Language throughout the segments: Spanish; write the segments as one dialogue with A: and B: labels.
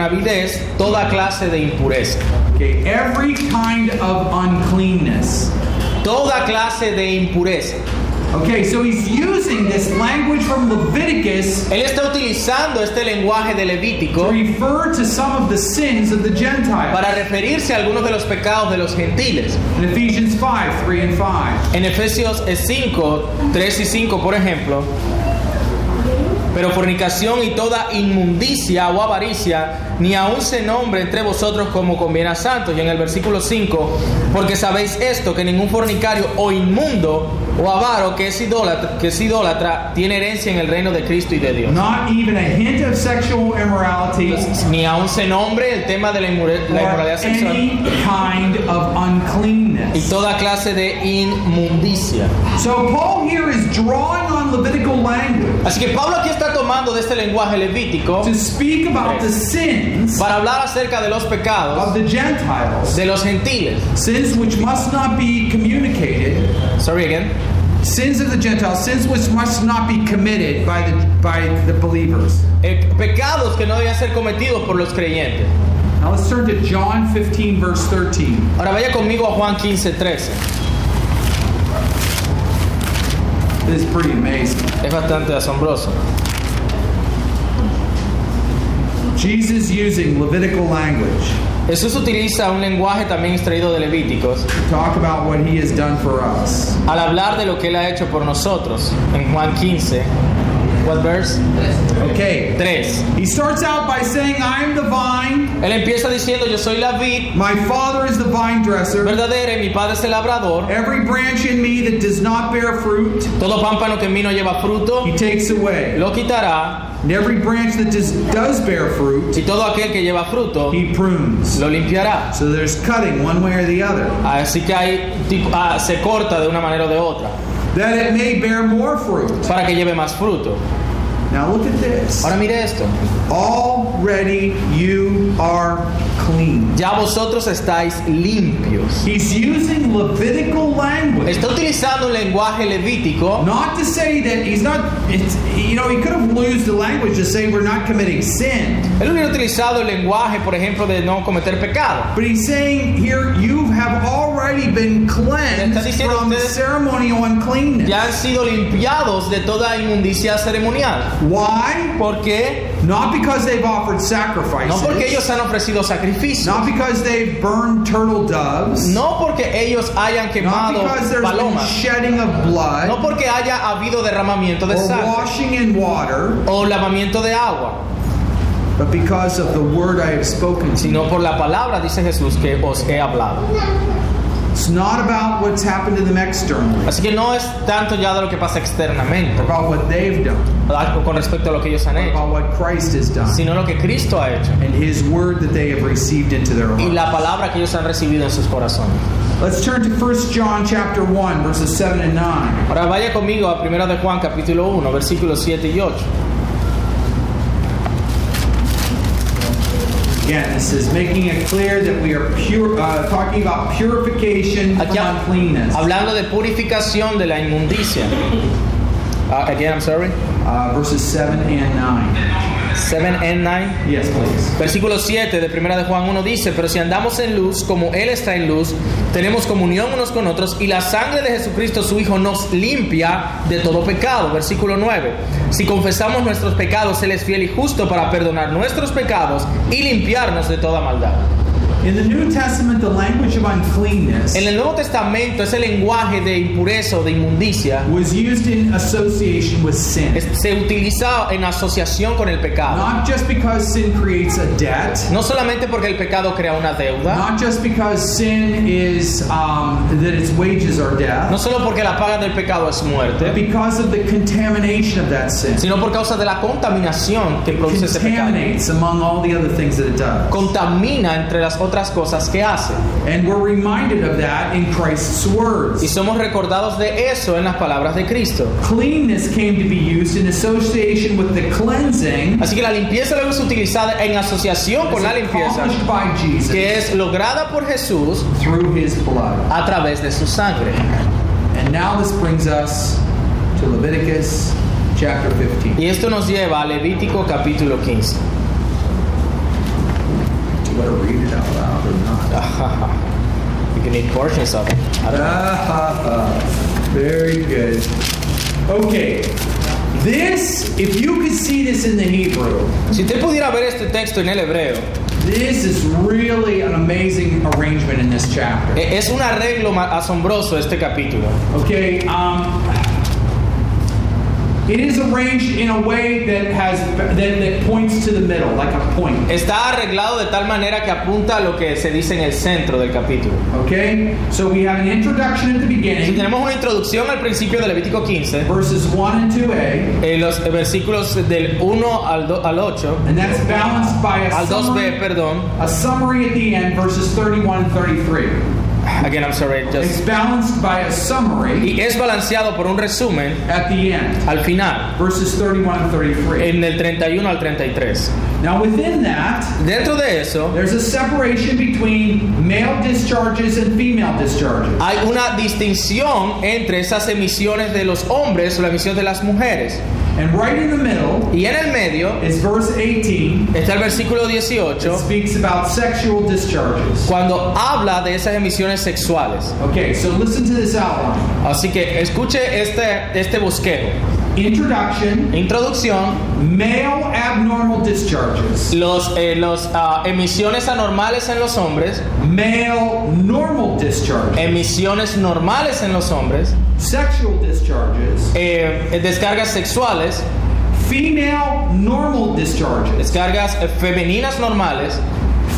A: avidez toda clase de impureza,
B: Okay, every kind of uncleanness.
A: toda clase de impureza.
B: Okay, so he's using this language from Leviticus
A: Él está utilizando este lenguaje de Levítico
B: to refer to some of the sins of the Gentiles.
A: para referirse a algunos de los pecados de los gentiles.
B: In Ephesians 5, 3 and 5.
A: En Efesios 5, 3 y 5, por ejemplo. Pero fornicación y toda inmundicia o avaricia, ni aun se nombre entre vosotros como conviene a santos. Y en el versículo 5, porque sabéis esto, que ningún fornicario o inmundo o avaro que es idólatra, que es idólatra tiene herencia en el reino de Cristo y de Dios.
B: Not even a hint of sexual immorality
A: Ni aun se nombre el tema de la, inmure-
B: or
A: la inmoralidad
B: any
A: sexual
B: kind of
A: y
B: uncleanness.
A: toda clase de inmundicia.
B: So Paul here is drawing on Levitical language
A: Así que Pablo aquí está tomando de este lenguaje levítico
B: to speak about the sins
A: para hablar acerca de los pecados
B: of the Gentiles,
A: de los gentiles.
B: sins which must not be communicated
A: Sorry again.
B: sins of the Gentiles, sins which must not be committed by the by the believers.
A: Eh, pecados que no debían ser cometidos por los creyentes.
B: Now let's turn to John 15, verse 13.
A: Ahora vaya conmigo a Juan 15, 13.
B: This is pretty amazing.
A: Es bastante asombroso.
B: Jesus using Levitical language
A: Jesús utiliza un lenguaje también extraído de Levíticos
B: to talk about what he has done for us.
A: al hablar de lo que él ha hecho por nosotros. En Juan 15, what verse?
B: Okay.
A: 3.
B: He starts out by saying, I am the vine,
A: Él empieza diciendo, yo soy la vid
B: my father is the vine dresser.
A: verdadera y mi padre es el labrador.
B: Every branch in me that does not bear fruit,
A: Todo pámpano que en mí no lleva fruto,
B: he takes away.
A: lo quitará.
B: And every branch that does, does bear fruit,
A: Y todo aquel que lleva fruto,
B: he prunes.
A: lo limpiará.
B: So there's cutting one way or the other.
A: Así que hay, tipo- ah, se corta de una manera o de otra
B: that it may bear more fruit.
A: para que lleve más fruto.
B: Now look at this.
A: Ahora mire esto.
B: Already you are clean.
A: Ya vosotros estáis limpios.
B: He's using Levitical language.
A: Está utilizando un lenguaje levítico.
B: Not to say that he's not, it's, you know, he could have used the language to say we're not committing sin.
A: Él hubiera utilizado el lenguaje, por ejemplo, de no cometer pecado.
B: But he's saying here, you have already been
A: Está
B: cleansed
A: diciendo
B: from
A: usted-
B: ceremonial uncleanness.
A: Ya han sido limpiados de toda inmundicia ceremonial.
B: Why?
A: ¿Por qué?
B: Not because they've offered
A: No
B: sacrifices.
A: porque ellos han ofrecido sacrificio.
B: Not because they've burned turtle doves.
A: No porque ellos hayan
B: Not
A: quemado
B: because there's been
A: palomas.
B: shedding of blood
A: No porque haya habido derramamiento de
B: or
A: sangre
B: washing in water,
A: o lavamiento de agua.
B: but because of the word I have spoken to you.
A: sino por la palabra, dice Jesús, que os he hablado.
B: It's not about what's happened to them externally,
A: Así que no es tanto ya de lo que pasa externamente,
B: or about what they've done,
A: algo con respecto a lo que ellos han
B: or
A: hecho,
B: about what Christ has done,
A: sino lo que Cristo ha hecho
B: and his word that they have received into their
A: y
B: heart.
A: la palabra que ellos han recibido en sus corazones.
B: Let's turn to 1 John chapter 1, verses 7 and 9.
A: Ahora vaya conmigo a 1 de Juan capítulo 1, versículos 7 y 8.
B: Again, this is making it clear that we are pure, uh, talking about purification from
A: Aquí ha-
B: uncleanness.
A: hablando de purificación de la inmundicia. Ah, again, I'm sorry.
B: Uh, verses 7 and 9.
A: 7 and 9.
B: Yes, please.
A: Versículo 7 de 1 de Juan 1 dice, pero si andamos en luz como Él está en luz, tenemos comunión unos con otros y la sangre de Jesucristo su Hijo nos limpia de todo pecado. Versículo 9, si confesamos nuestros pecados, Él es fiel y justo para perdonar nuestros pecados y limpiarnos de toda maldad.
B: In the New Testament, the language of uncleanness
A: En el Nuevo Testamento ese lenguaje de impureza o de inmundicia
B: was used in association with sin.
A: es- se utiliza en asociación con el pecado.
B: Not just because sin creates a debt,
A: No solamente porque el pecado crea una deuda,
B: not just because sin is um, that its wages are
A: no
B: death,
A: solo porque la paga del pecado es muerte.
B: but because of the contamination of that sin.
A: sino por causa de la contaminación que produce ese pecado.
B: Contaminates among all the other things that it does.
A: Contamina entre las otras cosas que hace.
B: And we're reminded of that in Christ's
A: Y
B: words.
A: somos recordados de eso en las palabras de Cristo.
B: Cleanness came to be used in association with the cleansing
A: Así que la limpieza luego es utilizada en asociación con la limpieza
B: accomplished by Jesus
A: que es lograda por Jesús
B: through his blood.
A: a través de su sangre.
B: And now this brings us to Leviticus chapter 15.
A: Y esto nos lleva a Levítico capítulo 15.
B: read it out loud or not.
A: you can eat portions of it. I don't know.
B: Ah, very good. Okay. This, if you could see this in the Hebrew,
A: Si usted pudiera ver este texto en el hebreo,
B: this is really an amazing arrangement in this chapter.
A: e- es un arreglo ma- asombroso este capítulo.
B: Okay, um, it is arranged in a way that has that, that points to the middle, like a point.
A: Está arreglado de tal manera que apunta a lo que se dice en el centro del capítulo.
B: Okay, so we have an introduction at the
A: Si
B: beginning,
A: tenemos una introducción al principio de Levítico 15,
B: verses one and two a,
A: en los versículos del 1 al, do- al 8,
B: and that's balanced by a
A: al 2b,
B: summary,
A: perdón.
B: a summary at the end, verses 31 and 33.
A: Again, I'm sorry,
B: It's
A: just-
B: balanced by a summary
A: Y es balanceado por un resumen
B: at the end,
A: al final,
B: verses 31 and 33.
A: en el 31 al 33.
B: Now, within that,
A: Dentro de eso,
B: there's a separation between male discharges and female discharges.
A: hay una distinción entre esas emisiones de los hombres o la emisión de las mujeres.
B: And right in the middle
A: Y en el medio
B: is verse 18
A: está el versículo
B: that
A: 18,
B: speaks about sexual discharges.
A: cuando habla de esas emisiones sexuales.
B: Okay, so listen to this outline
A: Así que escuche este, este bosquejo.
B: Introduction,
A: Introducción,
B: male abnormal discharges,
A: los, eh, los, ah, emisiones anormales en los hombres,
B: male normal discharges,
A: emisiones normales en los hombres,
B: sexual discharges,
A: eh, eh, descargas sexuales,
B: female normal discharges,
A: descargas eh, femeninas normales,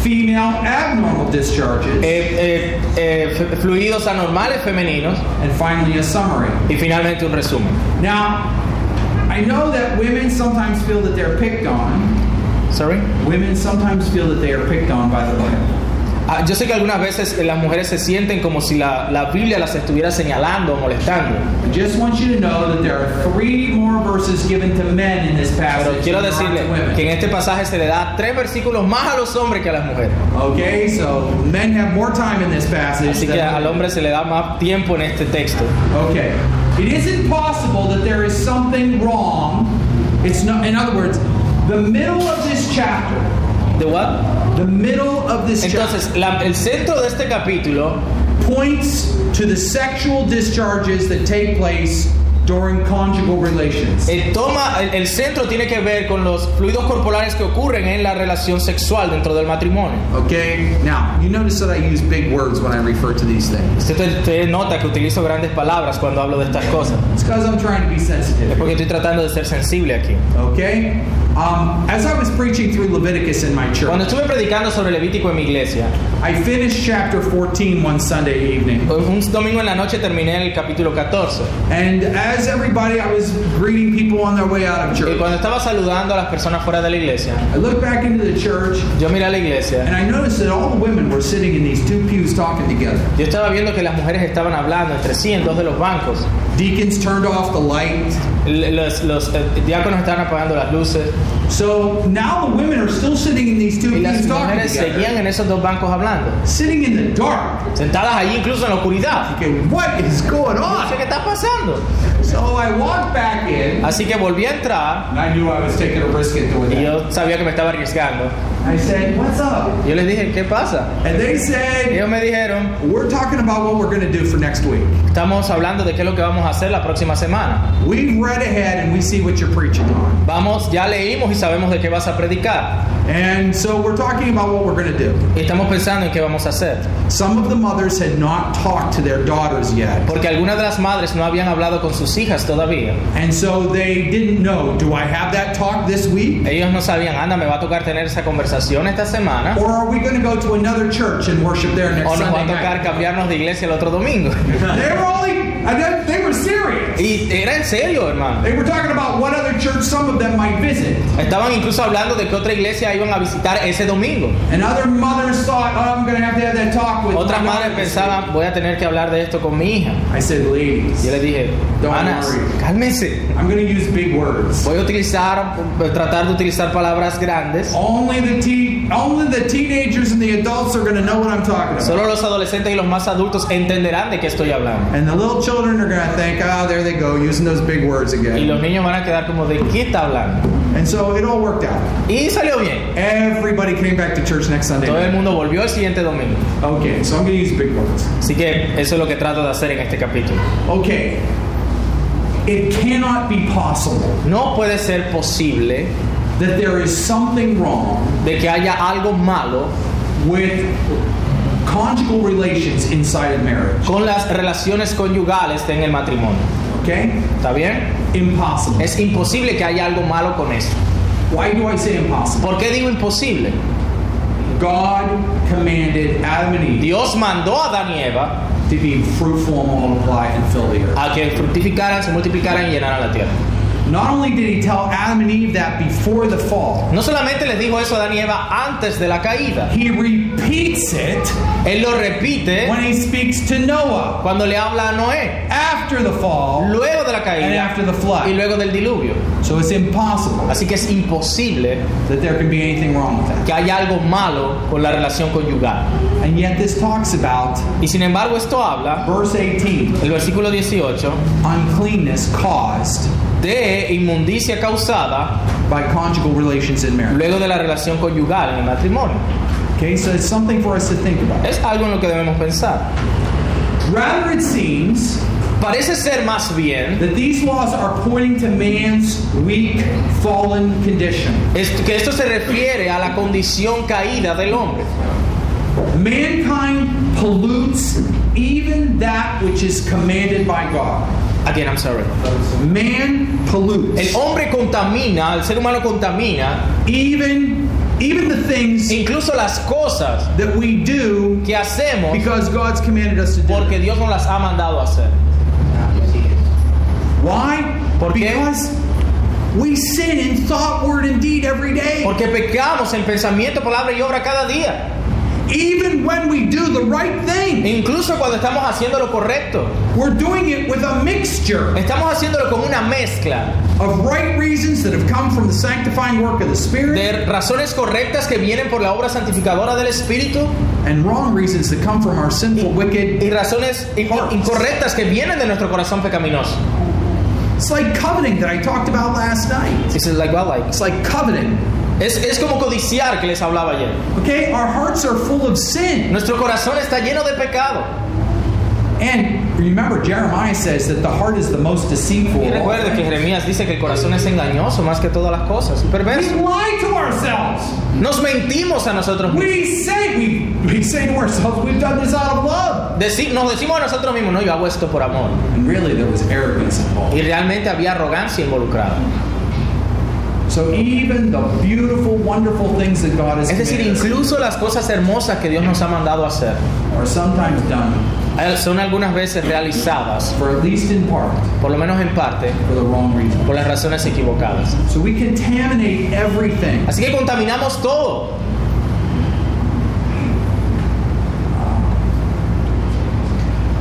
B: female abnormal discharges,
A: eh, eh, eh, f- fluidos anormales femeninos
B: and finally a summary.
A: y finalmente un resumen.
B: Now, I know that women sometimes feel that they're picked on.
A: Sorry.
B: Women sometimes feel that they are picked on by the Bible.
A: Ah, yo sé que algunas veces eh, las mujeres se sienten como si la, la Biblia las estuviera señalando o molestando,
B: I just want you to know that there are three more verses given to men in this
A: pero
B: passage.
A: quiero
B: than there are
A: decirle
B: to women.
A: que en este pasaje se le da tres versículos más a los hombres que a las mujeres.
B: Okay, so men have more time in this passage.
A: Así que
B: than-
A: al hombre se le da más tiempo en este texto.
B: Okay. It isn't possible that there is something wrong. It's not in other words, the middle of this chapter,
A: ¿De what?
B: the middle of this
A: Entonces, la- el centro de este capítulo
B: chapter points to the sexual discharges that take place during conjugal relations.
A: eh, toma, el, el centro tiene que ver con los fluidos corporales que ocurren en la relación sexual dentro del matrimonio.
B: Okay? Now, you notice that I use big words when I refer to these things.
A: Usted, usted nota que utilizo grandes palabras cuando hablo de estas cosas.
B: It's because I'm trying to be sensitive.
A: Es porque estoy tratando de ser sensible aquí.
B: Okay? Um, as I was preaching through Leviticus in my
A: Cuando
B: church,
A: estuve predicando sobre Levítico en mi iglesia,
B: I finished chapter 14 one Sunday evening.
A: un domingo en la noche terminé el capítulo 14.
B: And as everybody, I was greeting people on their way out of
A: Y
B: church.
A: cuando estaba saludando a las personas fuera de la iglesia,
B: I looked back into the church
A: yo miré a la iglesia.
B: and I noticed that all the women were sitting in these two pews talking together.
A: Yo estaba viendo que las mujeres estaban hablando entre sí en dos de los bancos.
B: Deacons turned off the lights.
A: L- Los, los eh, diáconos estaban apagando las luces.
B: So now the women are still sitting in these two
A: Y las
B: pews talking
A: mujeres seguían
B: together.
A: en esos dos bancos hablando.
B: Sitting in the dark.
A: Sentadas allí incluso en la oscuridad.
B: Okay, what is going
A: No sé
B: on?
A: qué está pasando.
B: So I walked back in
A: Así que volví a entrar
B: and I knew I was taking a risk at doing
A: y
B: that.
A: yo sabía que me estaba arriesgando.
B: I said, What's up?
A: Yo les dije, ¿qué pasa?
B: And they said,
A: Ellos me dijeron,
B: We're talking about what we're going to do for next week.
A: estamos hablando de qué es lo que vamos a hacer la próxima semana.
B: We've read ahead and we see what you're preaching on.
A: Vamos, ya leímos y sabemos de qué vas a predicar.
B: And so we're talking about what we're going to do.
A: Y estamos pensando en qué vamos a hacer.
B: Some of the mothers had not talked to their daughters yet.
A: Porque algunas de las madres no habían hablado con sus hijas todavía.
B: And so they didn't know do I have that talk this week?
A: Ellos no sabían, anda, me va a tocar tener esa conversación esta semana.
B: Or are we going to go to another church and worship there next
A: O nos va a
B: Sunday
A: tocar
B: night?
A: cambiarnos de iglesia el otro domingo.
B: They were only, I think they were serious.
A: Y era en serio, hermano.
B: They were talking about what other church some of them might visit.
A: Estaban incluso hablando de qué otra iglesia iban a visitar ese domingo.
B: And other mothers thought, oh, I'm going to have to have that talk with my
A: Otras
B: daughter
A: madres
B: this
A: pensaban, voy a tener que hablar de esto con mi hija.
B: week." I said,
A: Yo les
B: ladies,
A: dije, hermanas, cálmense.
B: I'm going to use big words.
A: Voy a utilizar, tratar de utilizar palabras grandes.
B: Only the te- only the teenagers and the adults are going to know what I'm talking about.
A: Solo los adolescentes y los más adultos entenderán de qué estoy hablando.
B: And the little children are going to think, ah, there they go, using those big words
A: Y
B: again.
A: los niños van a quedar como, ¿de qué está hablando?
B: And so it all worked out.
A: Y salió bien.
B: Everybody came back to church next Sunday.
A: Todo el mundo volvió el siguiente domingo.
B: Okay, so I'm going to use big words.
A: Así que eso es lo que trato de hacer en este capítulo.
B: Okay. It cannot be possible
A: No puede ser posible
B: that there is something wrong
A: de que haya algo malo
B: with conjugal relations inside of marriage.
A: con las relaciones conyugales en el matrimonio.
B: Okay?
A: ¿Está bien?
B: Impossible.
A: Es imposible que haya algo malo con eso.
B: Why do I say impossible?
A: ¿Por qué digo imposible?
B: God commanded Adam and Eve
A: Dios mandó a Adán y Eva
B: to be fruitful and multiply and fill the earth.
A: a que fructificaran, se multiplicaran y llenaran la tierra.
B: Not only did he tell Adam and Eve that before the fall,
A: No solamente les dijo eso a Adán y Eva antes de la caída,
B: he repeats it
A: él lo repite
B: when he speaks to Noah
A: cuando le habla a Noé,
B: after the fall
A: luego de la
B: and
A: caída
B: after the
A: y
B: flood.
A: luego del diluvio.
B: So it's impossible
A: Así que es imposible
B: that there can be anything wrong with that.
A: que haya algo malo con la relación conyugal.
B: And yet this talks about
A: Y sin embargo esto habla,
B: verse 18,
A: el versículo 18,
B: uncleanness caused
A: de inmundicia causada
B: by conjugal relations in marriage.
A: luego de la relación conyugal en el matrimonio.
B: Okay, so it's something for us to think about.
A: Es algo en lo que debemos pensar.
B: Rather, it seems
A: Parece ser más bien
B: that these laws are pointing to man's weak, fallen condition.
A: es- que esto se refiere a la condición caída del hombre.
B: Mankind pollutes even that which is commanded by God.
A: Again, I'm sorry.
B: Man
A: El
B: pollutes
A: hombre contamina, el ser humano contamina,
B: even even the things
A: incluso las cosas
B: that we do
A: que hacemos
B: because God's commanded us to do.
A: porque Dios nos las ha mandado a hacer.
B: Why?
A: ¿Por qué?
B: Because we sin in thought, word, and deed every day.
A: Porque pecamos en pensamiento, palabra y obra cada día. E
B: Even when we do the right thing,
A: Incluso cuando estamos haciendo lo correcto.
B: we're doing it with a mixture
A: Estamos haciéndolo con una mezcla
B: of right reasons that have come from the sanctifying work of the Spirit
A: de razones correctas que vienen por la obra santificadora del Espíritu
B: and wrong reasons that come from our sinful, wicked.
A: y razones in- incorrectas que vienen de nuestro corazón pecaminoso.
B: It's like coveting that I talked about last night.
A: This is like, well, like-
B: It's like coveting.
A: Es, es como codiciar que les hablaba ayer.
B: Okay, our hearts are full of sin.
A: Nuestro corazón está lleno de pecado.
B: And remember, Jeremiah says that the heart is the most deceitful.
A: Y
B: of all
A: recuerde que
B: things.
A: Jeremías dice que el corazón es engañoso más que todas las cosas, y perverso.
B: We lie to ourselves.
A: Nos mentimos a nosotros mismos.
B: We say we, we say to ourselves, we've done this out of love.
A: Deci- nos decimos a nosotros mismos, no, yo hago esto por amor.
B: And really, there was arrogance involved.
A: Y realmente había arrogancia involucrada.
B: So even the beautiful, wonderful things that God has
A: Es decir,
B: commanded us
A: incluso las cosas hermosas que Dios nos ha mandado a hacer
B: are sometimes done,
A: eh, son algunas veces realizadas,
B: for at least in part,
A: por lo menos en parte,
B: for the wrong reason.
A: por las razones equivocadas.
B: So we contaminate everything.
A: Así que contaminamos todo.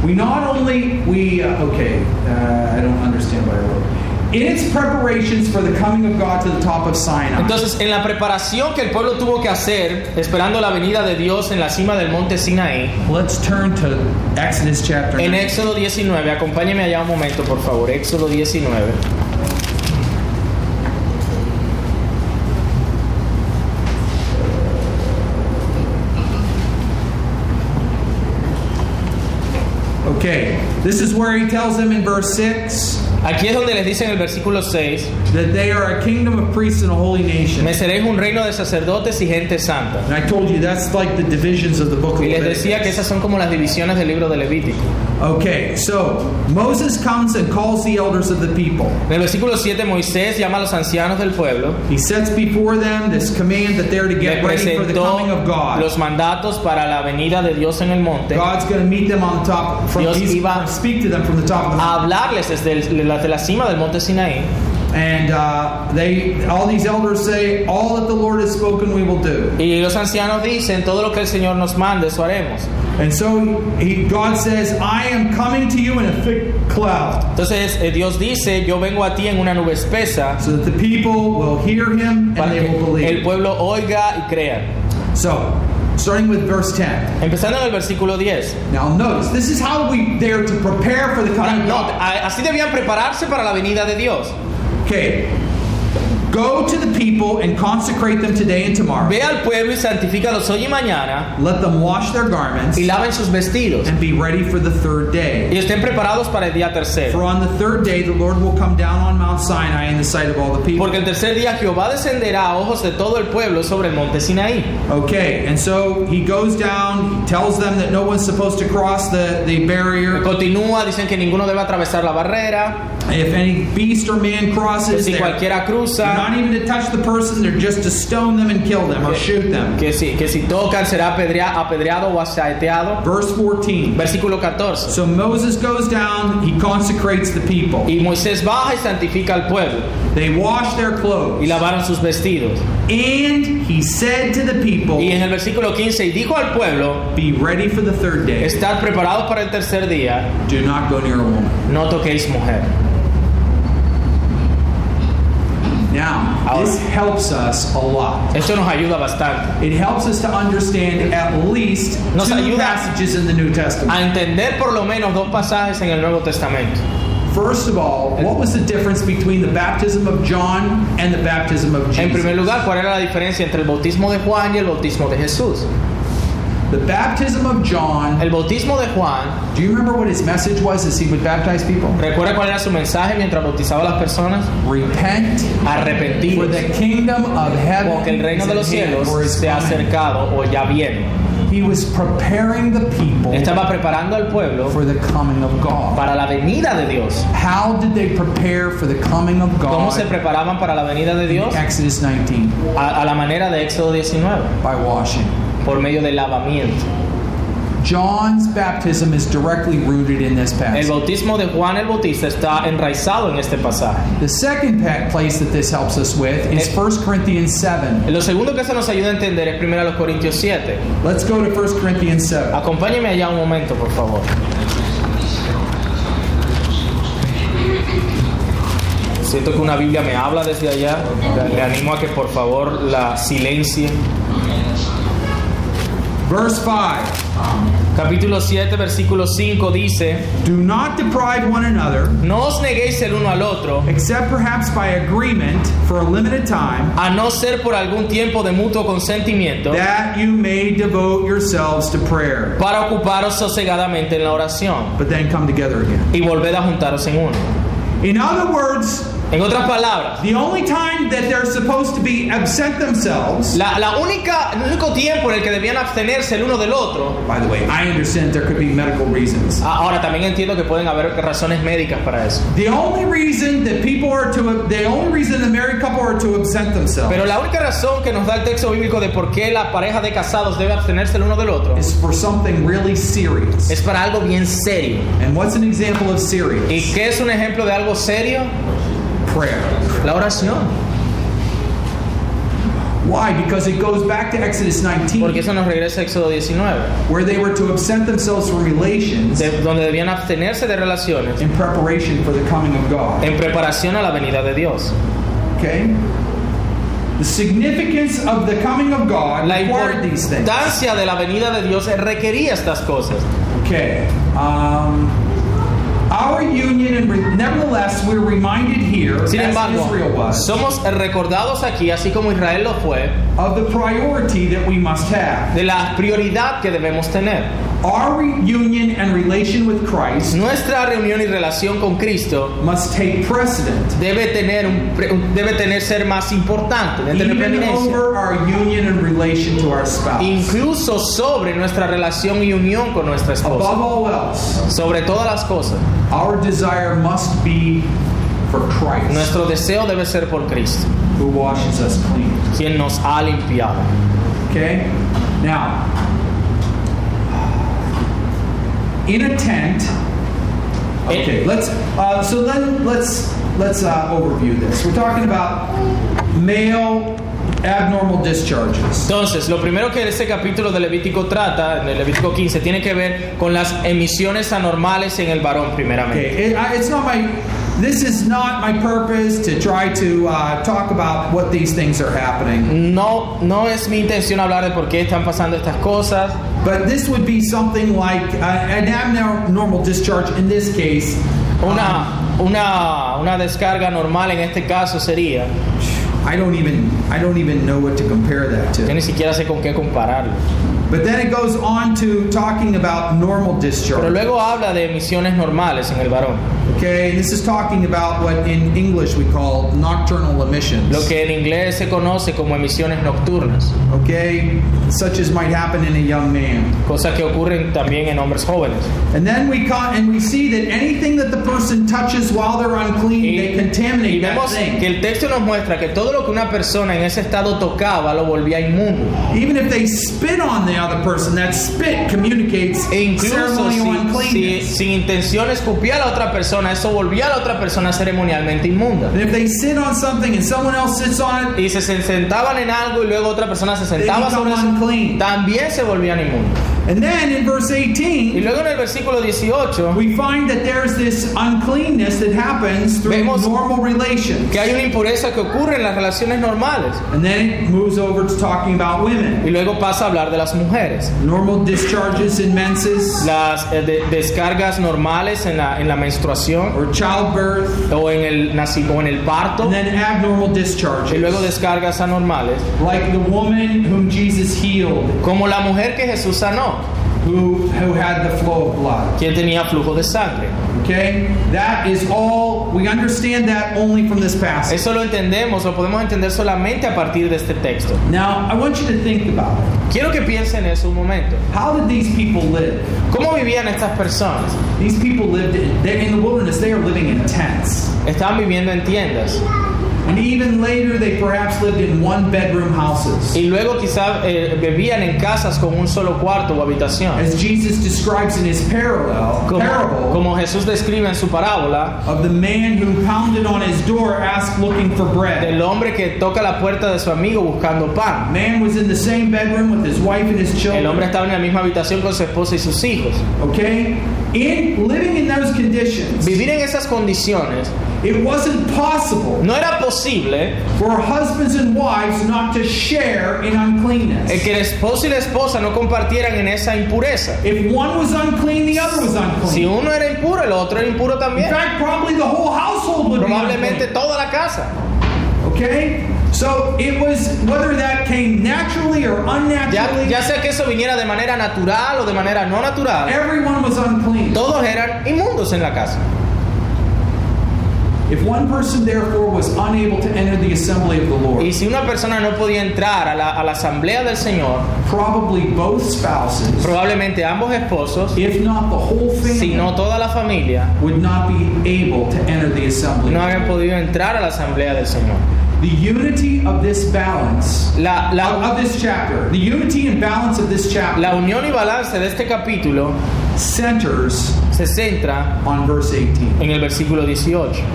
B: We not only we uh, okay, uh, I don't understand what I wrote. In its preparations for the coming of God to the top of Sinai,
A: Entonces, en la preparación que el pueblo tuvo que hacer, esperando la venida de Dios en la cima del monte Sinaí,
B: let's turn to Exodus chapter.
A: en
B: 9.
A: Éxodo 19, acompáñeme allá un momento, por favor, Éxodo 19.
B: Okay, this is where he tells them in verse six.
A: Aquí es donde les dice en el versículo 6,
B: that they are a kingdom of priests and a holy nation.
A: me seréis un reino de sacerdotes y gente santa.
B: And I told you that's like the divisions of the book of
A: Y les decía que
B: Leviticus.
A: esas son como las divisiones del libro de Levítico.
B: Okay, so Moses comes and calls the elders of the people.
A: En el versículo 7 Moisés llama a los ancianos del pueblo,
B: He sets before them this command that they're to
A: les
B: get ready for the
A: presentó
B: coming of God.
A: los mandatos para la venida de Dios en el monte, a
B: God's going to meet them on the top. From,
A: Dios
B: he's
A: iba-
B: gonna speak to them from the top of the mountain.
A: hablarles desde el- de la, de la cima del monte Sinaí.
B: And uh, they, all these elders say, "All that the Lord has spoken, we will do."
A: Y los ancianos dicen, todo lo que el Señor nos mande, eso haremos.
B: And so he, God says, "I am coming to you in a thick cloud."
A: Entonces eh, Dios dice, yo vengo a ti en una nube espesa
B: so that the people will hear him and
A: para
B: they
A: que
B: will
A: el
B: believe.
A: pueblo oiga y crea.
B: So, starting with verse 10.
A: Empezando en el versículo 10.
B: Now, notice this is how we dare to prepare for the
A: Ahora,
B: coming of
A: no,
B: God.
A: a- así debían prepararse para la venida de Dios.
B: Okay. Go to the people and consecrate them today and tomorrow.
A: Ve al pueblo y santifícalos hoy y mañana
B: Let them wash their garments
A: y laven sus vestidos
B: and be ready for the third day.
A: y estén preparados para el día
B: For
A: tercero.
B: on the third day the Lord will come down on Mount Sinai in the sight of all the people.
A: Porque el tercer día Jehová descenderá a ojos de todo el pueblo sobre el monte Sinaí.
B: Okay, and so he goes down, he tells them that no one's supposed to cross the, the barrier.
A: Continúa, dicen que ninguno debe atravesar la barrera,
B: If any beast or man
A: que
B: crosses,
A: si
B: they're,
A: cualquiera
B: they're
A: cruza,
B: not even to touch the person, they're just to stone them and kill them or shoot them.
A: que si, que si tocan será apedrea- apedreado o asaeteado.
B: Verse 14.
A: Versículo 14.
B: So Moses goes down, he consecrates the people.
A: Y Moisés baja y santifica al pueblo
B: They wash their
A: y
B: clothes.
A: lavaron sus vestidos.
B: And he said to the
A: Y
B: people,
A: en el versículo 15, y dijo al pueblo,
B: Be ready for the third day.
A: estad preparados para el tercer día,
B: Do not go near a woman.
A: no toquéis mujer.
B: Now, this helps us a lot.
A: Esto nos ayuda bastante
B: It helps us to understand at least
A: Nos
B: two
A: ayuda.
B: passages in the New Testament.
A: a entender por lo menos dos pasajes en el Nuevo Testamento.
B: First of all, what was the difference between the baptism of John and the baptism of
A: En primer
B: Jesus?
A: lugar, ¿cuál era la diferencia entre el bautismo de Juan y el bautismo de Jesús?
B: The baptism of John,
A: El bautismo de Juan,
B: do you remember what his message was as he would baptize people?
A: ¿recuerda cuál era su mensaje mientras bautizaba a las personas?
B: Repent, for
A: Arrepentidos,
B: the kingdom of
A: porque el
B: heaven
A: reino
B: is
A: de
B: at
A: los
B: hand,
A: cielos
B: or is
A: se ha
B: coming.
A: acercado o ya viene.
B: He was preparing the people
A: Estaba preparando al pueblo
B: for the coming of God.
A: para la venida de Dios.
B: How did they prepare for the coming of
A: ¿Cómo se
B: God?
A: preparaban para la venida de
B: in
A: Dios?
B: Exodus 19
A: A, a la manera de Éxodo 19,
B: by washing.
A: por medio del lavamiento.
B: John's baptism is directly rooted in this
A: El
B: passage.
A: bautismo de Juan el Bautista está enraizado en este pasaje.
B: The second pa- place that this helps us with is 1 Corinthians 7.
A: Lo segundo que eso nos ayuda a entender es primero a los Corintios 7.
B: Let's go to 1 Corinthians 7.
A: Acompáñeme allá un momento, por favor. Siento que una Biblia me habla desde allá. Le animo a que por favor la silencie.
B: Verse 5
A: Capítulo 7, versículo 5 dice,
B: Do not deprive one another,
A: no os neguéis el uno al otro,
B: except perhaps by agreement for a limited time,
A: a no ser por algún tiempo de mutuo consentimiento,
B: that you may devote yourselves to prayer,
A: para ocuparos sosegadamente en la oración
B: but then come together again.
A: y volved a juntaros en uno.
B: In other words,
A: En otras palabras,
B: the only time that they're supposed to be absent themselves.
A: la, la única, el único tiempo en el que debían abstenerse el uno del otro
B: By the way, I understand there could be medical reasons.
A: Ah, Ahora también entiendo que pueden haber razones médicas para eso.
B: The only reason that people are to the only reason the married couple are to absent themselves
A: Pero la única razón que nos da el texto bíblico de por qué la pareja de casados debe abstenerse el uno del otro
B: is for something really serious.
A: es para algo bien serio.
B: And what's an example
A: ¿Y
B: of serious?
A: qué es un ejemplo de algo serio?
B: Prayer.
A: La oración.
B: Why? Because it goes back to Exodus
A: Porque
B: 19,
A: eso nos regresa a Éxodo 19,
B: where they were to absent themselves from relations
A: de- donde debían abstenerse de relaciones
B: in preparation for the coming of God.
A: en preparación a la venida de Dios.
B: Okay? The significance of the coming of God
A: La
B: required these things.
A: importancia de la venida de Dios requería estas cosas.
B: Okay. Um, our union, and re- nevertheless, we're reminded here,
A: Sin
B: as
A: embargo,
B: Israel was,
A: somos recordados aquí, así como Israel lo fue,
B: of the priority that we must have.
A: de la prioridad que debemos tener.
B: Our re- union and relation with Christ
A: Nuestra reunión y relación con Cristo
B: must take precedent
A: debe tener un pre- un- debe tener ser más importante, debe tener
B: even
A: preeminencia,
B: over our union and relation to our spouse.
A: incluso sobre nuestra relación y unión con nuestra esposa.
B: Above all else,
A: Sobre todas las cosas,
B: our desire must be for Christ,
A: nuestro deseo debe ser por Cristo,
B: who washes us clean.
A: quien nos ha limpiado.
B: Okay? Now, in a tent. Okay,
A: Eh.
B: let's. Uh, so then let's let's uh, overview this. We're talking about male abnormal discharges.
A: Entonces, lo primero que este capítulo de Levítico trata, en el Levítico 15, tiene que ver con las emisiones anormales en el varón, primeramente.
B: Okay, it, I, it's not my. This is not my purpose to try to uh, talk about what these things are happening,
A: No, no es mi intención hablar de por qué están pasando estas cosas.
B: but this would be something like uh, an abnormal discharge. In this case,
A: Una, una, una descarga normal en este caso sería
B: I don't even I don't even know what to compare that
A: Yo
B: to.
A: ni siquiera sé con qué compararlo.
B: But then it goes on to talking about normal
A: Pero
B: discharge.
A: luego habla de emisiones normales en el varón,
B: Okay, this is talking about what in English we call nocturnal emissions.
A: lo que en inglés se conoce como emisiones nocturnas,
B: Okay, such as might happen in a young man.
A: cosas que ocurren también en hombres jóvenes.
B: And then we con- and we see that anything that the person touches while they're unclean, they
A: y
B: contaminate that
A: vemos que
B: thing.
A: el texto nos muestra que todo lo que una persona en ese estado tocaba lo volvía inmundo.
B: Even if they spit on the other person, that spit communicates
A: E incluso
B: ceremonial
A: si, si-
B: uncleanness.
A: sin intención escupía a la otra persona, eso volvía a la otra persona ceremonialmente inmunda.
B: And if they sit on something and someone else sits on it,
A: Y se se sentaban en algo y luego otra persona se
B: they
A: sentaba
B: become
A: sobre eso,
B: unclean.
A: también se volvían inmundos.
B: And then in verse
A: Y
B: 18,
A: luego en el versículo 18
B: we find that there's this uncleanness that happens through
A: Vemos-
B: normal relations.
A: que hay una impureza que ocurre en las relaciones normales.
B: And then it moves over to talking about women.
A: Y luego pasa a hablar de las mujeres,
B: Normal discharges in menses
A: las eh, de- descargas normales en la, en la menstruación
B: or childbirth,
A: o en el naci- o en el parto
B: and then abnormal
A: y
B: discharges.
A: luego descargas anormales,
B: Like the woman whom Jesus healed,
A: como la mujer que Jesús sanó,
B: who, who had the flow of blood.
A: quien tenía flujo de sangre.
B: Okay? That is all, we understand that only from this passage.
A: Eso lo entendemos, lo podemos entender solamente a partir de este texto.
B: Now, I want you to think about it.
A: Quiero que piensen eso un momento.
B: How did these people live?
A: ¿Cómo vivían estas personas?
B: These people lived in, they're in the wilderness. They are living in tents.
A: Estaban viviendo en tiendas
B: And even later, they perhaps lived in one bedroom houses.
A: y luego quizás bebían en casas con un solo cuarto o habitación.
B: As Jesus describes in his parallel,
A: Como,
B: parable
A: como Jesús describe en su parábola
B: of the man who pounded on his door, asked looking for bread.
A: del hombre que toca la puerta de su amigo buscando
B: The
A: pan.
B: man was in the same bedroom with his wife and his
A: El hombre
B: children.
A: estaba en la misma habitación con su esposa y sus hijos.
B: Okay? In living in those conditions,
A: Vivir en esas condiciones
B: it wasn't possible
A: no era posible
B: for husbands and wives not to share in
A: eh,
B: uncleanness.
A: que el esposo y la esposa no compartieran en esa impureza.
B: If one was unclean, the other was unclean.
A: Si uno era impuro, el otro era impuro
B: In
A: también.
B: fact, probably the whole household would
A: Probablemente
B: be
A: toda la casa.
B: unclean. Okay? So it was whether that came naturally or
A: Ya,
B: unnaturally,
A: ya sea que eso viniera de manera natural o de manera no natural,
B: everyone was unclean.
A: todos eran inmundos en la casa.
B: If one person therefore was unable to enter the assembly of the
A: Y
B: Lord,
A: si una persona no podía entrar a la, a la asamblea del Señor,
B: probably both spouses,
A: probablemente ambos esposos,
B: if not the whole
A: si
B: family,
A: no toda la familia,
B: would not be able to enter the assembly.
A: no habían podido entrar a la asamblea del Señor.
B: The unity of this balance
A: La,
B: of,
A: la,
B: of this chapter, the unity and balance of this chapter
A: la unión y balance de este capítulo
B: centers
A: se centra
B: on verse 18.
A: en el versículo 18.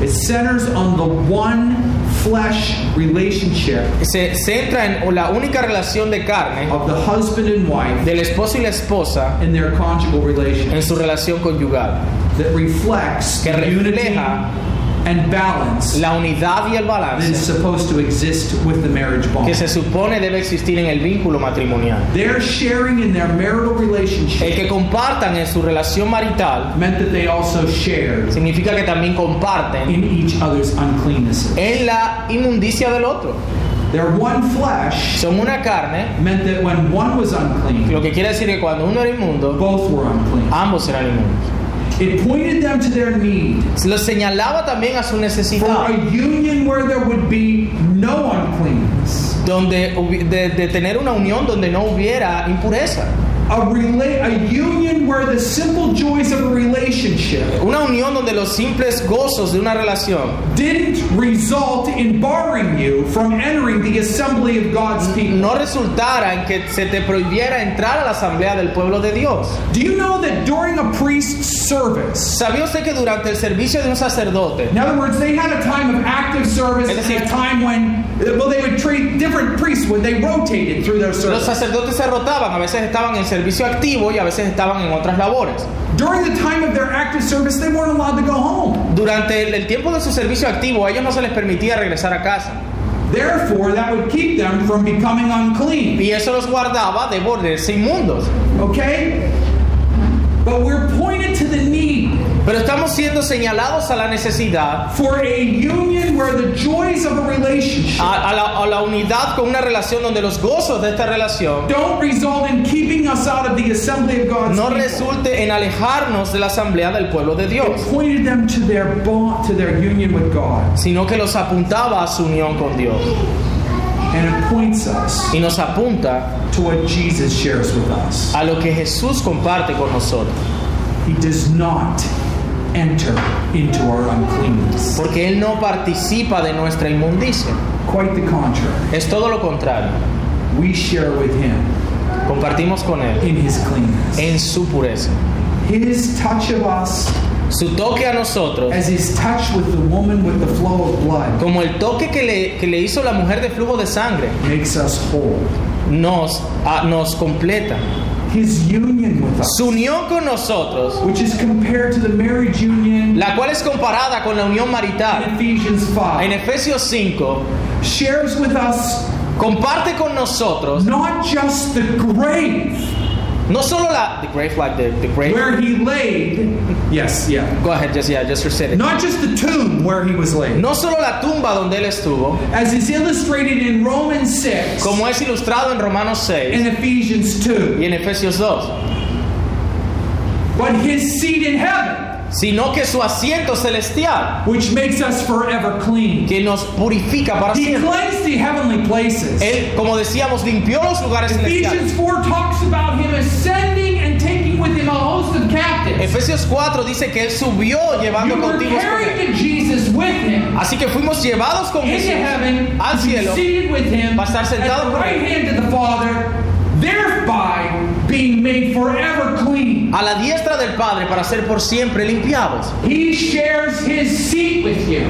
B: It centers on the one flesh relationship
A: Se centra en la única relación de carne
B: of the husband and wife
A: del esposo y la esposa
B: and their conjugal relation
A: en su relación conyugal.
B: that reflects
A: Que
B: the
A: refleja
B: unity and balance
A: la unidad y el
B: that is
A: balance
B: supposed to exist with the marriage
A: que
B: bond.
A: se supone debe existir en el vínculo matrimonial.
B: Their sharing in their marital
A: El
B: relationship
A: que compartan en su relación marital
B: meant that they also shared
A: significa que también comparten
B: in each other's uncleannesses.
A: en la inmundicia del otro.
B: Their one flesh
A: Son una carne,
B: meant that when one was unclean,
A: lo que quiere decir que cuando uno era inmundo,
B: both were unclean.
A: ambos eran inmundos.
B: It pointed them to their need
A: Lo señalaba también a su
B: for
A: necesidad
B: a union where there would be no uncleanness,
A: donde, hubi- de, de tener una unión donde no hubiera impureza.
B: a, rela- a union where the simple joys of a relationship
A: Una unión donde los simples gozos de una relación
B: didn't result in barring you from entering the assembly of God's people.
A: no resultara en que se te prohibiera entrar a la asamblea del pueblo de Dios.
B: Do you know that during a priest's service,
A: ¿Sabía usted que durante el servicio de un sacerdote,
B: in other words, they had a time of active service
A: Es decir-
B: and a time when, well, they would treat different priests when they rotated through their
A: los
B: service.
A: sacerdotes se rotaban, a veces estaban en servicio activo y a veces estaban en otras labores.
B: During the time of their active service, they weren't allowed to go home.
A: Durante el, el tiempo de su servicio activo, a ellos no se les permitía regresar a casa
B: Therefore, that would keep them from becoming unclean.
A: y eso los guardaba de volverse inmundos.
B: Okay? But we're pointed to the need
A: Pero estamos siendo señalados a la necesidad,
B: for a union where the joys of a relationship
A: a, a la, a la unidad con una relación donde los gozos de esta relación
B: don't result in keeping us out of the assembly of God's
A: no
B: people.
A: resulte en alejarnos de la asamblea del pueblo de Dios,
B: It pointed them to their bond, to their union with God,
A: sino que los apuntaba a su unión con Dios
B: and it points us
A: y nos apunta
B: to what Jesus shares with us.
A: a lo que Jesús comparte con nosotros,
B: He does not enter into our uncleanness.
A: porque Él no participa de nuestra inmundicia,
B: Quite the contrary.
A: es todo lo contrario,
B: We share with him
A: compartimos con Él
B: in his cleanness.
A: en su pureza.
B: His touch of us
A: Su toque a nosotros
B: as his touch with the woman with the flow of blood
A: Como el toque que le, que le hizo la mujer de flujo de sangre
B: makes us whole.
A: nos, a- nos completa.
B: His union with us,
A: Su unión con nosotros,
B: which is compared to the marriage union
A: la cual es comparada con la unión
B: in
A: marital
B: Ephesians
A: en
B: 5,
A: Efesios 5,
B: shares with us
A: comparte con nosotros
B: not just the grave
A: no solo la... The grave like the, the grave-
B: where he laid. Yes, yeah.
A: Go ahead, just, yeah, just reset it.
B: Not just the tomb where he was laid.
A: No solo la tumba donde él estuvo,
B: As is illustrated in Romans 6
A: como es ilustrado en Romanos 6
B: and Ephesians 2,
A: y en Efesios 2,
B: but his seat in heaven,
A: sino que su asiento celestial,
B: which makes us forever clean.
A: que nos purifica para
B: He
A: siempre.
B: cleansed the heavenly places.
A: Él, como decíamos, limpió los lugares celestiales.
B: Ephesians 4 talks about him ascending and taking with him a host of captives.
A: Efesios 4 dice que él subió
B: You
A: llevando
B: were
A: cautivos con él.
B: carried to Jesus with him
A: Así que fuimos llevados con
B: into
A: Jesús
B: heaven,
A: al
B: to be
A: cielo
B: seated with him
A: para
B: at
A: estar sentado
B: the
A: con
B: right
A: él,
B: hand of the Father, thereby being made forever clean.
A: a la diestra del Padre para ser por siempre limpiados.
B: He shares his seat with you,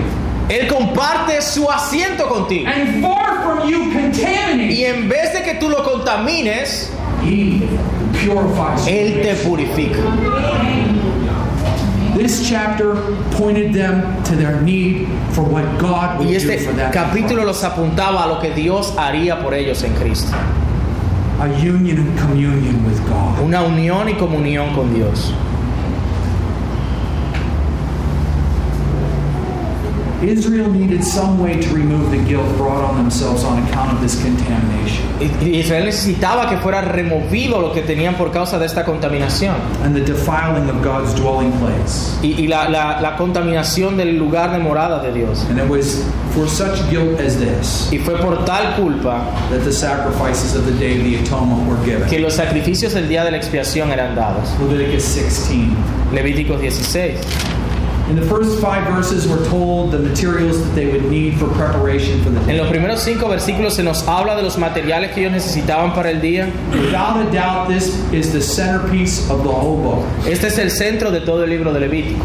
A: Él comparte su asiento contigo.
B: and far from you
A: Y
B: contaminated,
A: en vez de que tú lo contamines,
B: he purifies you.
A: Él te purifica.
B: This chapter pointed them to their need for what God would
A: Y
B: do
A: este
B: for them.
A: capítulo los apuntaba a lo que Dios haría por ellos en Cristo.
B: a union and communion with God.
A: Una unión y comunión con Dios.
B: Israel needed some way to remove the guilt brought on themselves on account of this contamination.
A: Y- y Israel necesitaba que fuera removido lo que tenían por causa de esta contaminación.
B: and the defiling of God's dwelling place.
A: y, y la, la- la contaminación del lugar de morada de Dios.
B: And it was for such guilt as this
A: Y fue por tal culpa
B: that the sacrifices of the day of the atonement were given.
A: que los sacrificios del día de la expiación eran dados.
B: Leviticus 16.
A: Levíticos 16.
B: In the first five verses, we're told the materials that they would need for preparation for the
A: En
B: day.
A: los primeros cinco versículos se nos habla de los materiales que ellos necesitaban para el día.
B: Without a doubt, this is the centerpiece of the whole book.
A: Este es el centro de todo el libro de Levítico.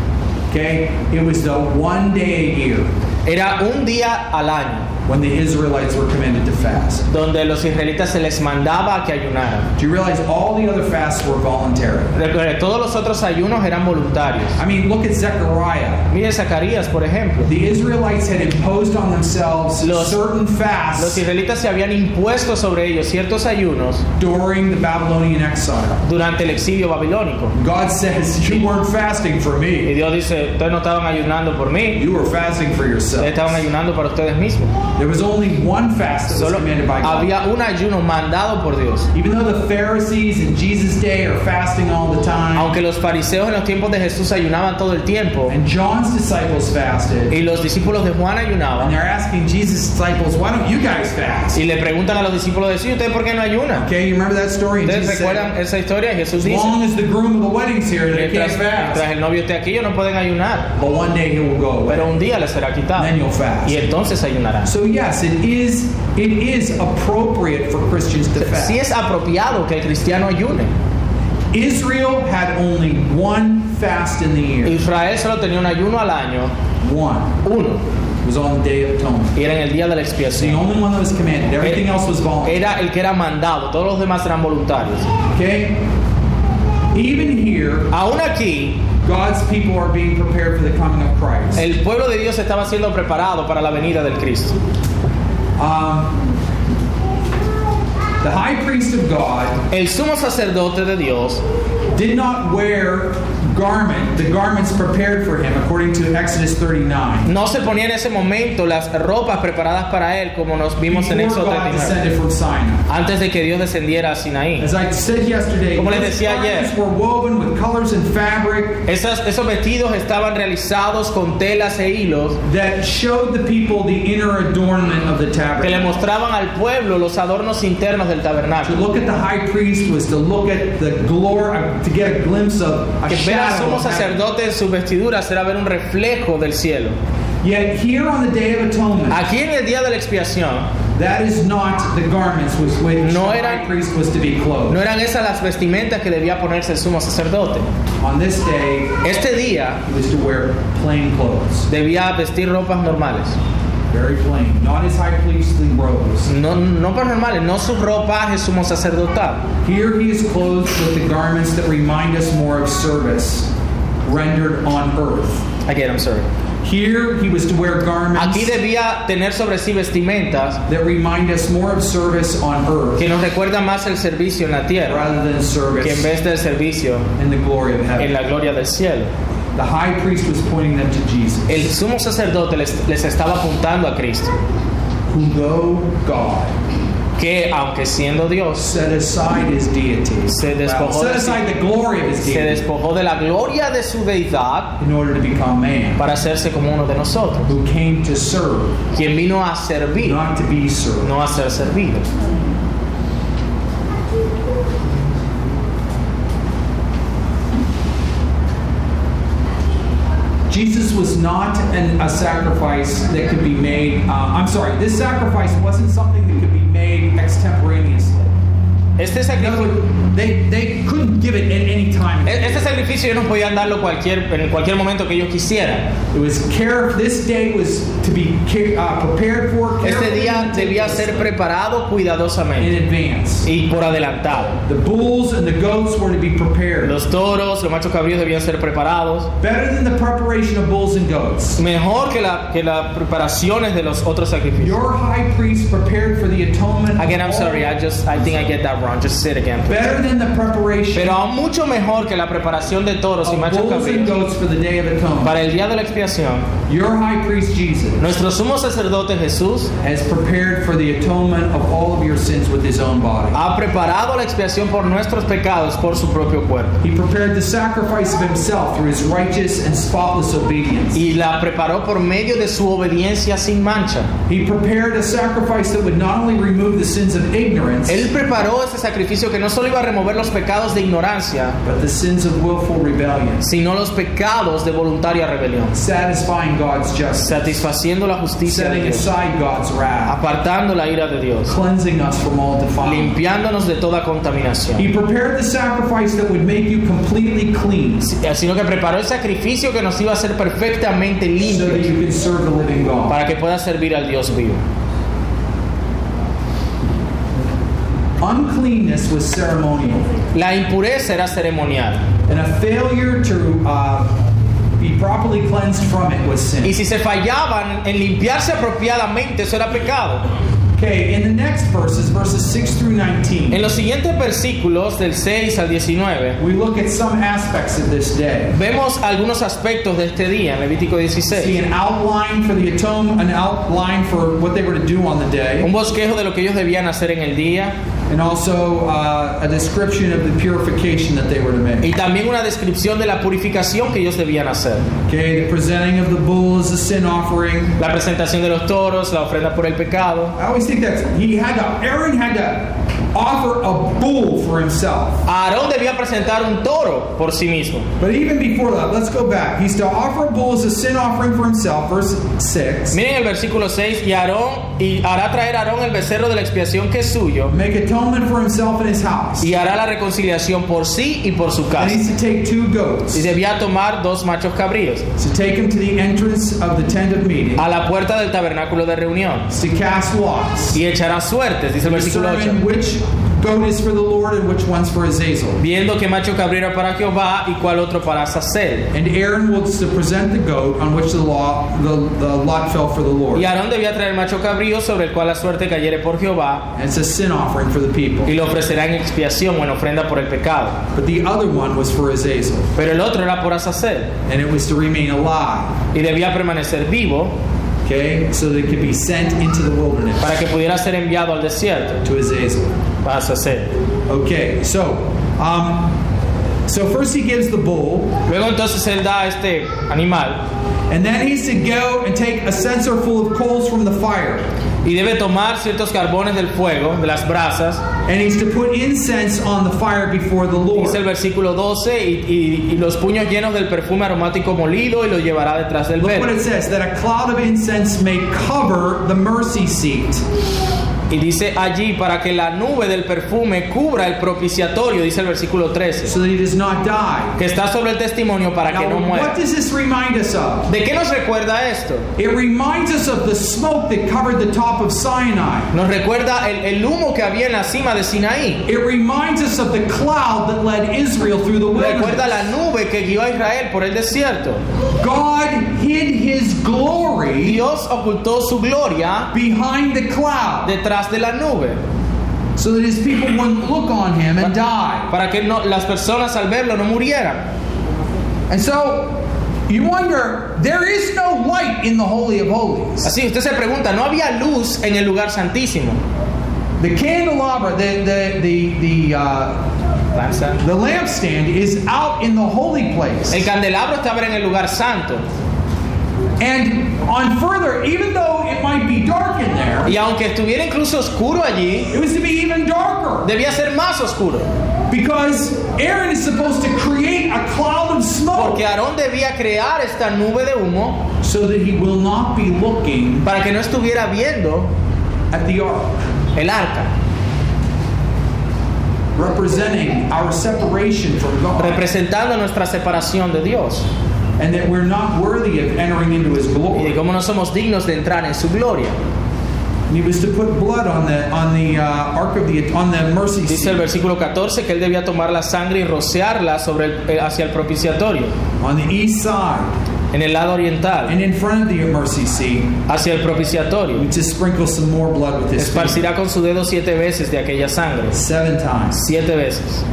B: Okay? It was the one day a year
A: Era un día al año
B: when the Israelites were commanded to fast.
A: donde los israelitas se les mandaba a que ayunaran.
B: Do you realize all the other fasts were voluntary?
A: Recuerde, todos los otros ayunos eran voluntarios.
B: I mean, look at Zechariah.
A: Mire Zacarías, por ejemplo.
B: The Israelites had imposed on themselves
A: Los-
B: certain
A: Los
B: fasts
A: israelitas se habían impuesto sobre ellos ciertos ayunos
B: during the Babylonian exile.
A: durante el exilio babilónico.
B: God says, You weren't fasting for
A: Y
B: me.
A: Dios dice, ustedes no estaban ayunando por mí,
B: You were fasting for
A: ustedes
B: yourself.
A: estaban ayunando para ustedes mismos.
B: There was only one fast that was
A: Solo
B: commanded by God.
A: había un ayuno mandado por Dios.
B: Even though the Pharisees in Jesus' day are fasting all the time,
A: Aunque los fariseos en los tiempos de Jesús ayunaban todo el tiempo
B: and John's disciples fasted,
A: y los discípulos de Juan
B: and
A: ayunaban
B: they're asking Jesus' disciples, Why don't you guys fast?
A: y le preguntan a los discípulos de Jesús, ¿ustedes por qué no ayunan?
B: Okay, you remember that story? And
A: Ustedes
B: Jesus
A: recuerdan
B: said,
A: esa historia, Jesús
B: As
A: dice,
B: long as the groom of the wedding's here, they
A: mientras,
B: can't
A: mientras
B: fast.
A: el novio esté aquí, ellos no pueden ayunar,
B: But one day he will go away.
A: pero un día les será quitado
B: Then you'll fast.
A: y entonces ayunarán.
B: So yes, it is it is appropriate for Christians to fast.
A: Si es apropiado que el cristiano ayune,
B: Israel had only one fast in the year.
A: Israel solo tenía un ayuno al año,
B: One
A: uno,
B: It was on the Day of Atonement.
A: y era en el día de la
B: It's the
A: expiación.
B: only one that was commanded. Everything else was voluntary.
A: era el que era mandado, todos los demás eran voluntarios.
B: Okay. Even here,
A: Aún aquí,
B: God's people are being prepared for the coming of Christ.
A: el pueblo de Dios estaba siendo preparado para la venida del Cristo.
B: Um, the high priest of God
A: El sumo sacerdote de Dios
B: did not wear garment, the garments prepared for him, according to Exodus 39.
A: No se ponía en ese momento las ropas preparadas para él, como nos vimos en
B: Before
A: Éxodo
B: God
A: 39,
B: descended from Sinai.
A: antes de que Dios descendiera a Sinaí.
B: As I said yesterday,
A: Como les
B: those
A: decía ayer.
B: garments were woven with colors and fabric
A: Esas- esos vestidos estaban realizados con telas e hilos
B: that showed the people the inner adornment of the
A: que le
B: tabernacle.
A: mostraban al pueblo los adornos internos del
B: To
A: tabernáculo.
B: look at the high priest was to look at the glory, uh, to get a glimpse of a
A: Que ver al
B: shadow.
A: sumo
B: of heaven.
A: sacerdote en sus vestiduras era ver un reflejo del cielo.
B: Yet here on the Day of Atonement,
A: Aquí en el día de la expiación
B: that is not the garments with which
A: No
B: the
A: eran-
B: high priest was to be clothed.
A: no eran esas las vestimentas que debía ponerse el sumo sacerdote.
B: On this day,
A: Este día
B: he was to wear plain clothes,
A: debía vestir ropas normales.
B: very plain, not his high priestly robes.
A: No, no ropas normales, no su ropaje sumo sacerdotal.
B: Here he is clothed with the garments that remind us more of service rendered on earth.
A: Again, I'm sorry.
B: Here he was to wear garments
A: Aquí debía tener sobre sí vestimentas
B: that remind us more of service on earth
A: que nos recuerda más el servicio en la tierra
B: rather
A: que
B: than
A: en
B: service
A: vez del servicio
B: in the glory of heaven.
A: en la gloria del cielo.
B: The high priest was pointing them to Jesus,
A: El sumo sacerdote les, les estaba apuntando a Cristo,
B: who, though God,
A: que aunque siendo Dios,
B: set aside his deity,
A: Se despojó
B: well, set
A: de sí.
B: aside the glory of his
A: se
B: deity
A: despojó de la gloria de su deidad
B: in order to become man,
A: para hacerse como uno de nosotros,
B: who came to serve,
A: quien vino a servir,
B: not to be served.
A: no a ser servido.
B: Jesus was not an, a sacrifice that could be made. Uh, I'm sorry, this sacrifice wasn't something that could be made extemporaneously.
A: Este
B: In other
A: sacrificio,
B: words, They, they couldn't give it at any time.
A: e- este sacrificio ellos no podían darlo cualquier, en cualquier momento que ellos quisieran.
B: It was care. This day was to be care, uh, prepared for.
A: Este
B: carefully
A: día debía ser preparado
B: in
A: cuidadosamente
B: advance.
A: y por adelantado.
B: The bulls and the goats were to be prepared.
A: Los toros, los machos cabríos debían ser preparados.
B: Better than the preparation of bulls and goats.
A: Mejor que la- que las preparaciones de los otros sacrificios.
B: Your high priest prepared for the atonement. of
A: Again, I'm
B: all-
A: sorry, I just, I think I get that wrong. Just sit again. please.
B: Better than the preparation
A: Pero aún mucho mejor que la preparación de toros y
B: of
A: machos
B: bulls and
A: cabríos
B: goats for the day of atonement.
A: para el día de la expiación.
B: Your high priest Jesus
A: Nuestro sumo sacerdote Jesús
B: has prepared for the atonement of all of your sins with his own body.
A: ha preparado la expiación por nuestros pecados por su propio cuerpo
B: He prepared the sacrifice of himself through his righteous and spotless obedience.
A: y la preparó por medio de su obediencia sin mancha.
B: He prepared a sacrifice that would not only remove the sins of ignorance,
A: Él preparó ese sacrificio que no solo iba a remover los pecados de ignorancia,
B: but the sins of willful rebellion,
A: sino los pecados de voluntaria rebelión,
B: satisfying God's justice,
A: satisfaciendo la justicia de
B: setting
A: Dios,
B: aside God's wrath,
A: apartando la ira de Dios,
B: cleansing us from all defilement.
A: limpiándonos de toda contaminación.
B: He prepared the sacrifice that would make you completely clean so
A: sino que preparó el sacrificio que nos iba a hacer perfectamente
B: that
A: limpios
B: you can serve the living God.
A: para que pueda servir al Dios vivo.
B: Uncleanness was ceremonial,
A: La impureza era ceremonial
B: and a failure to uh, be properly cleansed from it was
A: y
B: sin.
A: si se fallaban en limpiarse apropiadamente eso era pecado.
B: Okay, in the next verses, verses 6 through 19,
A: En los siguientes versículos del 6 al 19
B: we look at some aspects of this day.
A: vemos algunos aspectos de este día en Levítico
B: see
A: 16,
B: an outline for the atonement, an outline for what they were to do on the
A: un
B: day,
A: bosquejo de lo que ellos debían hacer en el día
B: and also uh, a description of the purification that they were to
A: y
B: make.
A: también una descripción de la purificación que ellos debían hacer.
B: Okay, the presenting of the bull as a sin offering.
A: La presentación de los toros, la ofrenda por el pecado.
B: I always think that he had to, Aaron had to offer a bull for himself.
A: Aarón debía presentar un toro por sí mismo.
B: But even before that, let's go back. He's to offer a bull as a sin offering for himself, verse 6.
A: Miren el versículo 6, y Aarón y hará traer a Aarón el becerro de la expiación que es suyo,
B: Make atonement for himself and his house.
A: y hará la reconciliación por sí y por su
B: And
A: casa.
B: he's to take two goats.
A: Y debía tomar dos machos cabríos
B: To take him to the entrance of the tent of meeting.
A: a la puerta del tabernáculo de reunión,
B: To cast lots.
A: y echará suertes, dice el versículo 8,
B: determine which goat is for the Lord and which one's for Azazel.
A: viendo que macho cabrero es para Jehová y cuál otro para Sacel.
B: And Aaron was to present the goat on which the law the, the lot fell for the Lord.
A: Y Aarón debía traer macho cabrío sobre el cual la suerte cayere por Jehová
B: And it's a sin offering for the people.
A: y lo ofrecerá en expiación o en ofrenda por el pecado.
B: But the other one was for Azazel,
A: Pero el otro era por Azazel
B: and it was to remain alive,
A: y debía permanecer vivo
B: okay, so that it could be sent into the wilderness
A: para que pudiera ser enviado al desierto,
B: to Azazel.
A: para Azazel.
B: Okay, so um, so first he gives the bull,
A: Luego entonces él da a este animal
B: and then he's to go and take a censer full of coals from the fire,
A: y debe tomar ciertos carbones del fuego, de las brasas,
B: and he's to put incense on the fire before the
A: dice el
B: Lord.
A: versículo 12, y, y- y los puños llenos del perfume aromático molido y lo llevará detrás del
B: Look what
A: velo.
B: it says that a cloud of incense may cover the mercy seat.
A: Y dice allí para que la nube del perfume cubra el propiciatorio, dice el versículo 13,
B: so that he does not die.
A: que está sobre el testimonio para que no
B: Now, what
A: muera.
B: does this remind us of?
A: ¿De qué nos recuerda esto?
B: It reminds us of the smoke that covered the top of Sinai.
A: Nos recuerda el, el humo que había en la cima de Sinaí.
B: It reminds us of the cloud that led Israel through the
A: Recuerda
B: wilderness.
A: la nube que guió a Israel por el desierto.
B: God hid his glory
A: Dios ocultó su gloria
B: behind the cloud
A: detrás de la nube
B: so that his people wouldn't look on him and die.
A: para que no, las personas al verlo no murieran.
B: And so you wonder, there is no light in the Holy of Holies.
A: Así usted se pregunta, ¿no había luz en el lugar santísimo?
B: The candelabra, the the the the, uh, the lampstand is out in the holy place.
A: El candelabro estaba en el lugar santo.
B: And on further, even though it might be dark in there,
A: Y aunque estuviera incluso oscuro allí,
B: it was to be even darker
A: debía ser más oscuro.
B: because Aaron is supposed to create a cloud of smoke
A: Porque Aarón debía crear esta nube de humo
B: so that he will not be looking
A: para que no estuviera viendo
B: at the ark,
A: el arca,
B: representing our separation from God,
A: representando nuestra separación de Dios
B: and that we're not worthy of entering into His
A: y de
B: glory.
A: cómo no somos dignos de entrar en su gloria.
B: And he was to put blood on the on the uh, ark of the on the mercy
A: Dice el
B: seat,
A: versículo 14 que él debía tomar la sangre y rociarla sobre el- eh, hacia el propiciatorio,
B: on the east side,
A: en el lado oriental,
B: and in front of the mercy seat,
A: hacia el propiciatorio.
B: to sprinkle some more blood with his feet,
A: Esparcirá con su dedo siete veces de aquella sangre.
B: seven times.
A: Siete veces.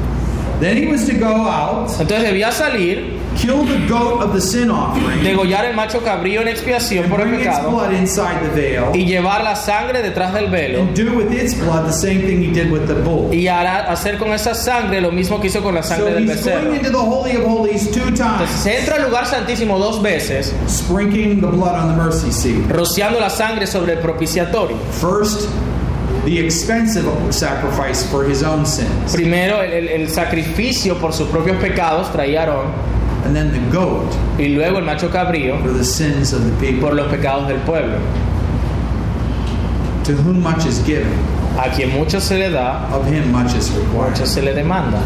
B: Then he was to go out
A: Entonces debía salir,
B: kill the goat of the sin offering,
A: degollar el macho cabrío en expiación por el
B: bring its
A: pecado
B: blood inside the veil,
A: y llevar la sangre detrás del velo.
B: and do with its blood the same thing he did with the bull.
A: Y hará hacer con esa sangre lo mismo que hizo con la sangre
B: So
A: del
B: he's
A: becerro.
B: going into the Holy of Holies two times,
A: Se entra al lugar santísimo dos veces,
B: sprinkling the blood on the mercy seat.
A: rociando la sangre sobre el propiciatorio.
B: First, the expensive sacrifice for his own sins,
A: Primero el, el- el sacrificio por sus propios pecados traía Aarón,
B: and then the goat
A: y luego el macho cabrío
B: for the sins of the people,
A: por los pecados del pueblo.
B: to whom much is given,
A: A quien mucho se le da,
B: of him much is required.
A: mucho se le demanda.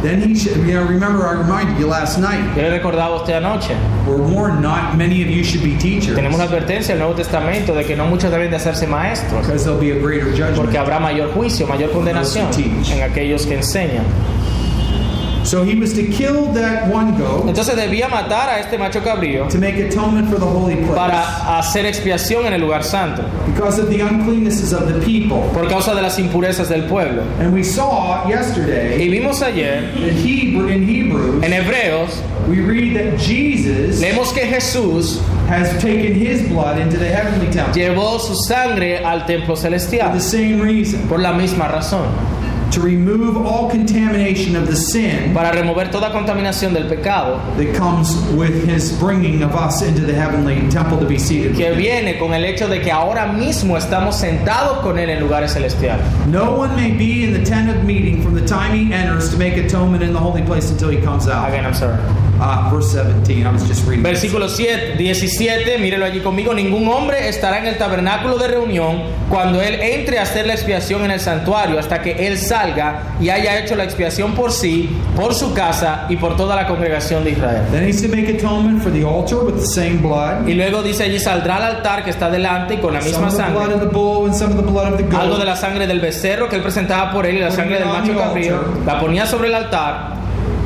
B: Then he should, you know, remember I reminded you last night,
A: Yo le recordaba a usted anoche.
B: we're warned not many of you should be teachers,
A: Tenemos la advertencia del Nuevo Testamento de que no muchos deben de hacerse maestros,
B: because there'll be a greater judgment.
A: porque habrá mayor juicio, mayor condenación en aquellos que enseñan.
B: So he was to kill that one goat
A: Entonces debía matar a este macho cabrío
B: to make atonement for the holy place
A: para hacer expiación en el lugar santo,
B: because of the uncleannesses of the people.
A: por causa de las impurezas del pueblo.
B: And we saw yesterday
A: Y vimos ayer,
B: that Hebrew, in Hebrews,
A: en Hebreos,
B: we read that Jesus
A: leemos que Jesús
B: has taken his blood into the heavenly temple
A: llevó su sangre al templo
B: for the
A: celestial,
B: same reason
A: por la misma razón,
B: to remove all contamination of the sin
A: para remover toda contaminación del pecado
B: that comes with his bringing of us into the heavenly temple to be seated. with
A: que
B: him.
A: viene con el hecho de que ahora mismo estamos sentados con Él en lugares celestiales.
B: No one may be in the tent of meeting from the time he enters to make atonement in the holy place until he comes out.
A: Again, I'm sorry.
B: Uh, verse 17, I was just reading. this.
A: Versículo 7, 17, mírelo allí conmigo, ningún hombre estará en el tabernáculo de reunión cuando Él entre a hacer la expiación en el santuario hasta que Él salga y haya hecho la expiación por sí, por su casa y por toda la congregación de Israel.
B: Then he's to make atonement for the altar with the same blood.
A: Y luego dice allí saldrá al altar que está delante y con la
B: Some
A: misma
B: of the blood
A: sangre,
B: of the bull and some of the blood of the
A: algo de
B: goat.
A: la sangre del becerro que él presentaba por él y la sangre del macho cabrío, la ponía sobre el altar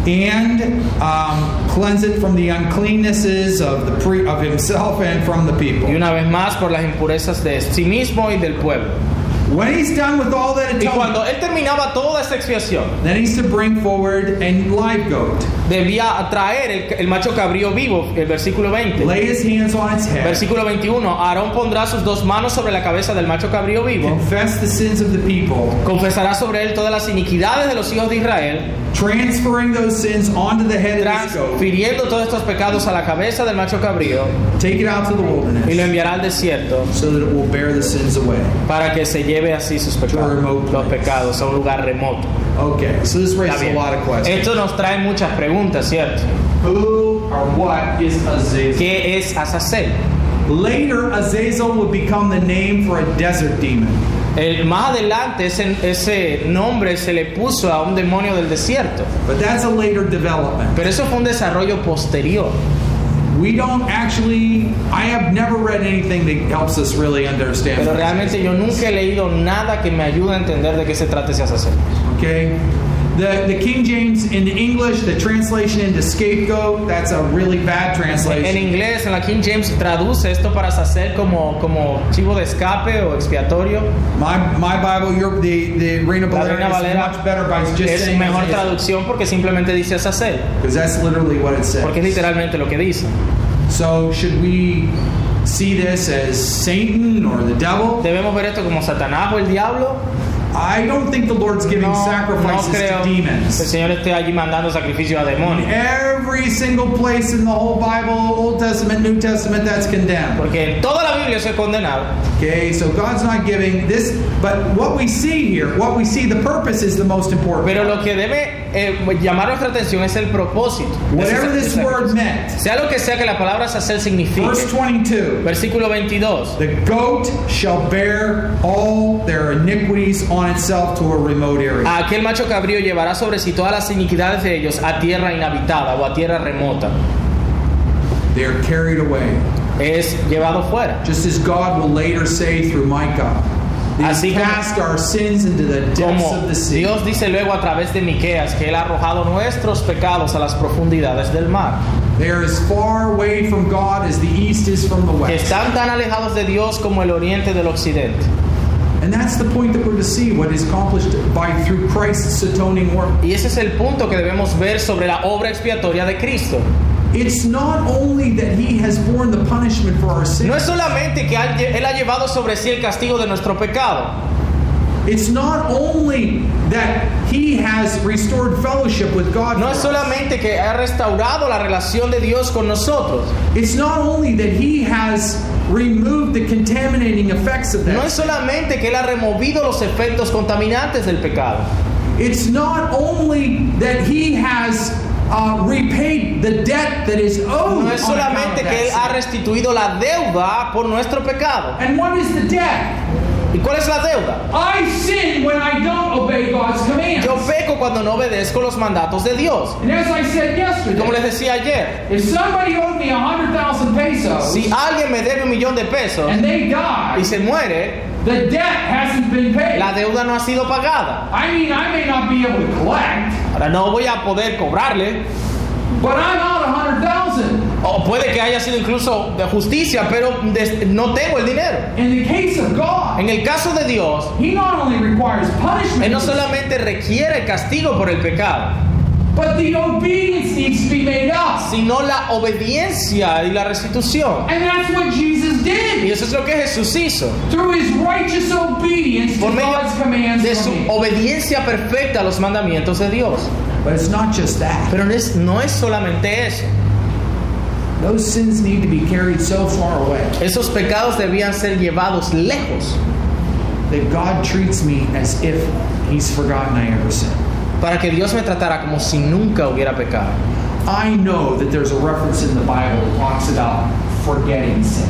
B: And um, cleanse it from the uncleannesses of the pre- of himself and from the
A: y
B: people.
A: una vez más por las impurezas de sí mismo y del pueblo.
B: When he's done with all that
A: Y
B: atonement,
A: cuando él terminaba toda esta expiación,
B: then he's to bring forward a live goat,
A: debía traer el, el macho cabrío vivo, el versículo 20.
B: lay his hands on its head,
A: Versículo 21, Aarón pondrá sus dos manos sobre la cabeza del macho cabrío vivo,
B: confess the sins of the people,
A: confesará sobre él todas las iniquidades de los hijos de Israel,
B: transferring those sins onto the head of this goat,
A: transfiriendo todos estos pecados a la cabeza del macho cabrío
B: take it out to the
A: y lo
B: wilderness
A: enviará al desierto
B: so that it will bear the sins away.
A: para que se lleve así sus pecados, los pecados a un lugar remoto.
B: Okay, so this
A: Está
B: raises a
A: bien. Eh.
B: lot of questions.
A: Esto nos trae muchas preguntas, ¿cierto?
B: Who or what is Azazel?
A: ¿Qué es Azazel?
B: Later, Azazel would become the name for a desert demon.
A: El- más adelante ese, ese nombre se le puso a un demonio del desierto,
B: But that's a later development.
A: pero eso fue un desarrollo posterior.
B: We don't actually, I have never read anything that helps us really understand.
A: Pero
B: what
A: realmente yo nunca he leído nada que me ayude a entender de qué se trata ese Azazel.
B: Azazel- Okay? The, the King James in English, the translation into scapegoat, that's a really bad
A: En
B: translation.
A: inglés, en la King James traduce esto para Azazel como, como chivo de escape o expiatorio.
B: My, my Bible, your, the, the Reina
A: La
B: Valera
A: Reina
B: is
A: Valera
B: much better by just
A: es
B: saying
A: mejor traducción porque simplemente dice Azazel,
B: because that's literally what it says.
A: porque es literalmente lo que dice.
B: So should we see this as Satan or the devil?
A: ¿Debemos ver esto como Satanás o el diablo?
B: I don't think the Lord's giving
A: No, no
B: sacrifices
A: creo
B: to
A: que el
B: demons.
A: Señor esté allí mandando sacrificio a demonios.
B: Every single place in the whole Bible, Old Testament, New Testament, that's condemned.
A: Porque en toda la Biblia eso es condenado.
B: Okay, so God's not giving this, but what we see here, what we see, the purpose is the most important.
A: Pero lo que debe eh, llamar nuestra atención es el propósito.
B: Whatever this word meant,
A: Sea lo que sea que la palabra sacer signifique.
B: verse 22
A: Versículo 22.
B: the goat shall bear all their iniquities on itself to a remote area.
A: A aquel macho cabrío llevará sobre sí todas las iniquidades de ellos a tierra inhabitada o a tierra remota.
B: They are carried away.
A: Es llevado fuera.
B: Just as God will later say through Micah,
A: Así
B: He
A: como-
B: cast our sins into the depths
A: Como
B: of the sea.
A: Dios dice luego a través de Miqueas que él ha arrojado nuestros pecados a las profundidades del mar,
B: They are as far away from God as the east is from the
A: que
B: west.
A: están tan alejados de Dios como el oriente del occidente.
B: And that's the point that we're to see what is accomplished by through Christ's atoning work.
A: Y ese es el punto que debemos ver sobre la obra expiatoria de Cristo.
B: It's not only that He has borne the punishment for our
A: No es
B: sins.
A: solamente que ha- él ha llevado sobre sí el castigo de nuestro pecado,
B: It's not only that He has restored fellowship with God.
A: No es
B: for us.
A: solamente que ha restaurado la relación de Dios con nosotros.
B: It's not only that He has removed the contaminating effects of that.
A: No es solamente que Él ha removido los efectos contaminantes del pecado.
B: It's not only that he has uh, repaid the debt that is owed.
A: No es
B: on account of
A: solamente
B: that
A: que Él ha
B: sin.
A: restituido la deuda por nuestro pecado.
B: And what is the debt?
A: ¿Y cuál es la deuda?
B: I sin when I don't obey God's commands.
A: Yo peco cuando no obedezco los mandatos de Dios.
B: And as I said
A: Como les
B: yesterday,
A: decía ayer,
B: if somebody owed me a hundred thousand pesos
A: si alguien me debe un millón de pesos
B: and they
A: y
B: die,
A: se muere,
B: the debt hasn't been paid.
A: la deuda no ha sido pagada.
B: I mean, I may not be able to collect,
A: Ahora no voy a poder cobrarle.
B: but I'm out a hundred thousand.
A: O puede que haya sido incluso de justicia, pero des- no tengo el dinero.
B: In the case of God,
A: En el caso de Dios,
B: He not only requires punishment,
A: Él no solamente requiere castigo por el pecado,
B: but the obedience needs to be made up.
A: sino la obediencia y la restitución.
B: And that's what Jesus
A: Y
B: did
A: eso es lo que Jesús hizo.
B: through his righteous obedience to
A: Por medio
B: God's commands.
A: de su
B: from me.
A: obediencia perfecta a los mandamientos de Dios.
B: But it's not just that.
A: Pero no es, no es solamente eso.
B: Those sins need to be carried so far away
A: Esos pecados debían ser llevados lejos
B: that God treats me as if he's forgotten I ever sinned.
A: para que Dios me tratara como si nunca hubiera pecado.
B: I know that there's a reference in the Bible that talks about forgetting sin.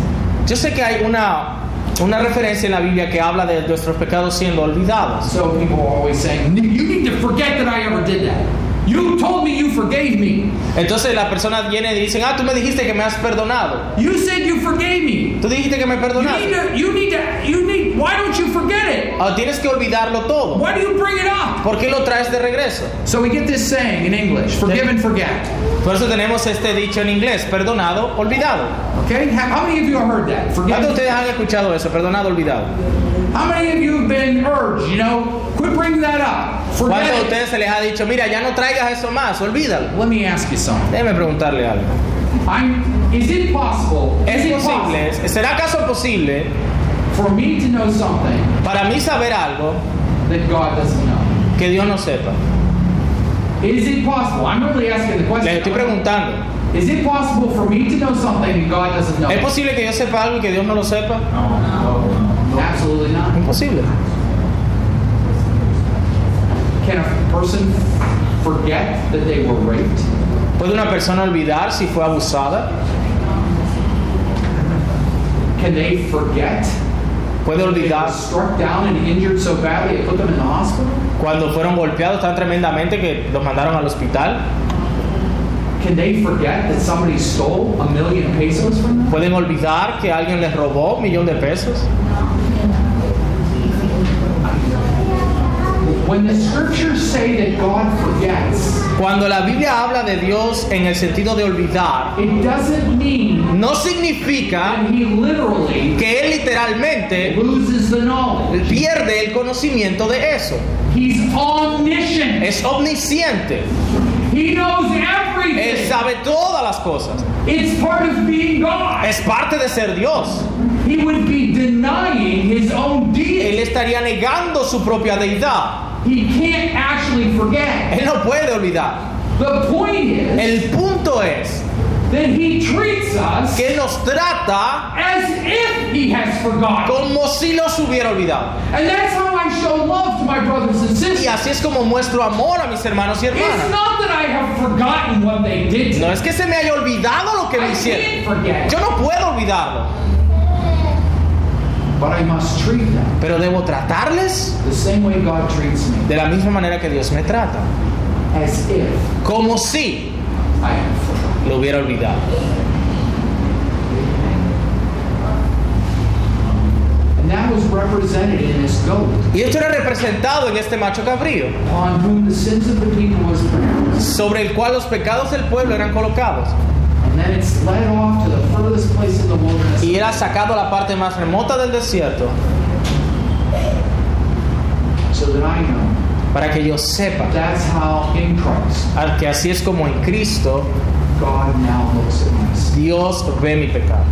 A: Yo sé que hay una Una referencia en la Biblia que habla de nuestros pecados siendo olvidados.
B: So people are always saying, "N- You need to forget that I ever did that. You told me you forgave me.
A: Entonces las personas vienen y dicen, ah, tú me dijiste que me has perdonado.
B: You said you forgave me.
A: Tú dijiste que me
B: You need
A: perdonaste.
B: to, you need to, you need, why don't you forget it?
A: Ah, tienes que olvidarlo todo.
B: Why do you bring it up?
A: ¿Por qué lo traes de regreso?
B: So we get this saying in English forgive and forget.
A: Por eso tenemos este dicho en inglés, perdonado, olvidado.
B: Okay? How how many of you have heard that? Forgive.
A: ¿Cuántos de ustedes han escuchado eso? Perdonado, olvidado.
B: How many of you have been urged, you know, quit bringing that up?
A: ¿Cuántos de
B: Forget it.
A: ustedes se les ha dicho, mira, ya no traigas eso más, olvídalo?
B: Let me ask you something.
A: Déjeme preguntarle algo.
B: I'm, is it possible,
A: ¿Es
B: is it
A: posible,
B: possible
A: es- será acaso posible
B: for me to know something
A: para mí saber algo
B: that God doesn't know?
A: que Dios no sepa?
B: Is it possible? I'm really asking the
A: Les estoy
B: question.
A: preguntando.
B: Is it possible for me to know something and God doesn't know?
A: ¿Es posible que yo sepa algo y que Dios no lo sepa?
B: Absolutely not.
A: Imposible.
B: Can a person forget that they were raped?
A: ¿Puede una persona olvidar si fue abusada?
B: Can they forget
A: ¿Puede
B: that they were
A: olvidar
B: struck down and injured so badly it put them in the hospital?
A: cuando fueron golpeados tan tremendamente que los mandaron al hospital?
B: Can they forget that somebody stole a million pesos from them?
A: ¿Pueden olvidar que alguien les robó un millón de pesos?
B: When the scriptures say that God forgets,
A: Cuando la Biblia habla de Dios en el sentido de olvidar,
B: it doesn't mean
A: no significa
B: that he literally
A: que Él literalmente
B: loses the knowledge.
A: pierde el conocimiento de eso.
B: He's omniscient.
A: Es omnisciente.
B: He knows
A: Él
B: everything.
A: sabe todas las cosas.
B: It's part of being God.
A: Es parte de ser Dios.
B: He would be denying his own deity.
A: Él estaría negando su propia deidad.
B: He can't actually forget.
A: Él no puede olvidar.
B: The point is
A: El punto es
B: that he treats us
A: que Él nos trata
B: as if he has forgotten.
A: como si los hubiera olvidado.
B: And that's how I show love to my brothers and
A: Y
B: sisters.
A: así es como muestro amor a mis hermanos y
B: It's
A: hermanas.
B: not that I have forgotten what they did to me.
A: No es que se me haya olvidado lo que me
B: I
A: hicieron.
B: can't forget.
A: Yo no puedo olvidarlo,
B: But I must treat them
A: pero debo tratarles
B: the same way God treats me,
A: de la misma manera que Dios me trata,
B: as if
A: como si
B: I have forgotten.
A: lo hubiera olvidado.
B: And that was represented in this goat
A: Y esto era representado en este macho cabrío,
B: on whom the sins of the people was pronounced.
A: sobre el cual los pecados del pueblo eran colocados,
B: And then it's led off to the furthest place in the wilderness.
A: y era sacado a la parte más remota del desierto,
B: So that I know
A: para que yo sepa
B: that's how in Christ
A: al que así es como en Cristo
B: God now looks at my sin.
A: Dios ve mi pecado.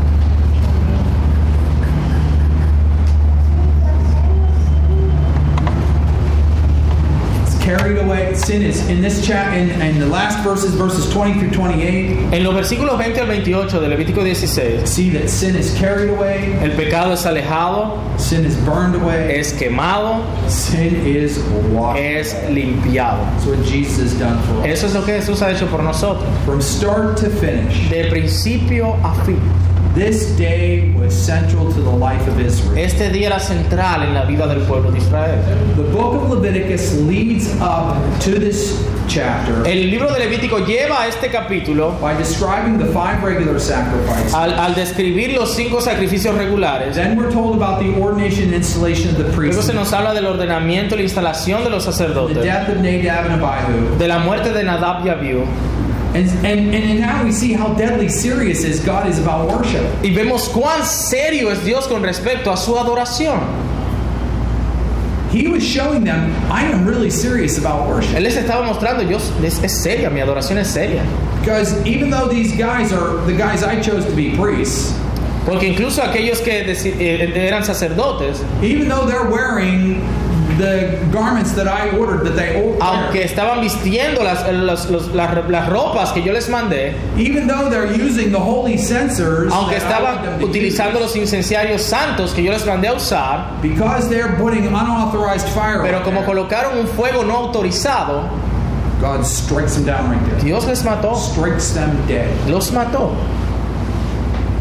B: It's carried away. Sin is in this chapter, in, in the last verses, verses 20 through 28.
A: En los versículos 20 al 28 de Levítico 16,
B: See that sin is carried away,
A: el pecado es alejado,
B: sin is burned away,
A: es quemado,
B: sin is washed.
A: es limpiado.
B: That's what Jesus has done for us.
A: Eso es lo que Jesús ha hecho por nosotros,
B: From start to finish,
A: de principio a fin.
B: this day was central to the life of Israel.
A: Este día era central en la vida del pueblo de Israel.
B: The book of Leviticus leads up to this chapter
A: El libro de Levítico lleva a este capítulo
B: by describing the five regular sacrifices.
A: al, al describir los cinco sacrificios regulares.
B: Then we're told about the ordination and installation of the
A: Luego
B: priests,
A: se nos habla del ordenamiento y la instalación de los
B: the
A: sacerdotes,
B: death of Nadab and Abihu,
A: de la muerte de Nadab y Abiú.
B: and, and, and now we see how deadly serious is God is about worship.
A: Y vemos cuán serio es Dios con respecto a su adoración.
B: He was showing them, I am really serious about worship.
A: Él les estaba mostrando, yo, es, es seria, mi adoración es seria.
B: Because even though these guys are the guys I chose to be priests,
A: Porque incluso aquellos que deci- eh, eran sacerdotes,
B: even though they're wearing the garments that I ordered that they all
A: aunque
B: wear,
A: estaban vistiendo las, las- los- las- las ropas que yo les mandé,
B: even though they're using the holy censers,
A: aunque
B: that I want them
A: estaban
B: to
A: utilizando los incenciarios santos que yo les mandé a usar,
B: use, because they're putting unauthorized fire,
A: pero
B: on
A: como
B: there,
A: colocaron un fuego no autorizado,
B: God strikes them down right there.
A: Dios les mató,
B: Strikes them dead.
A: los mató.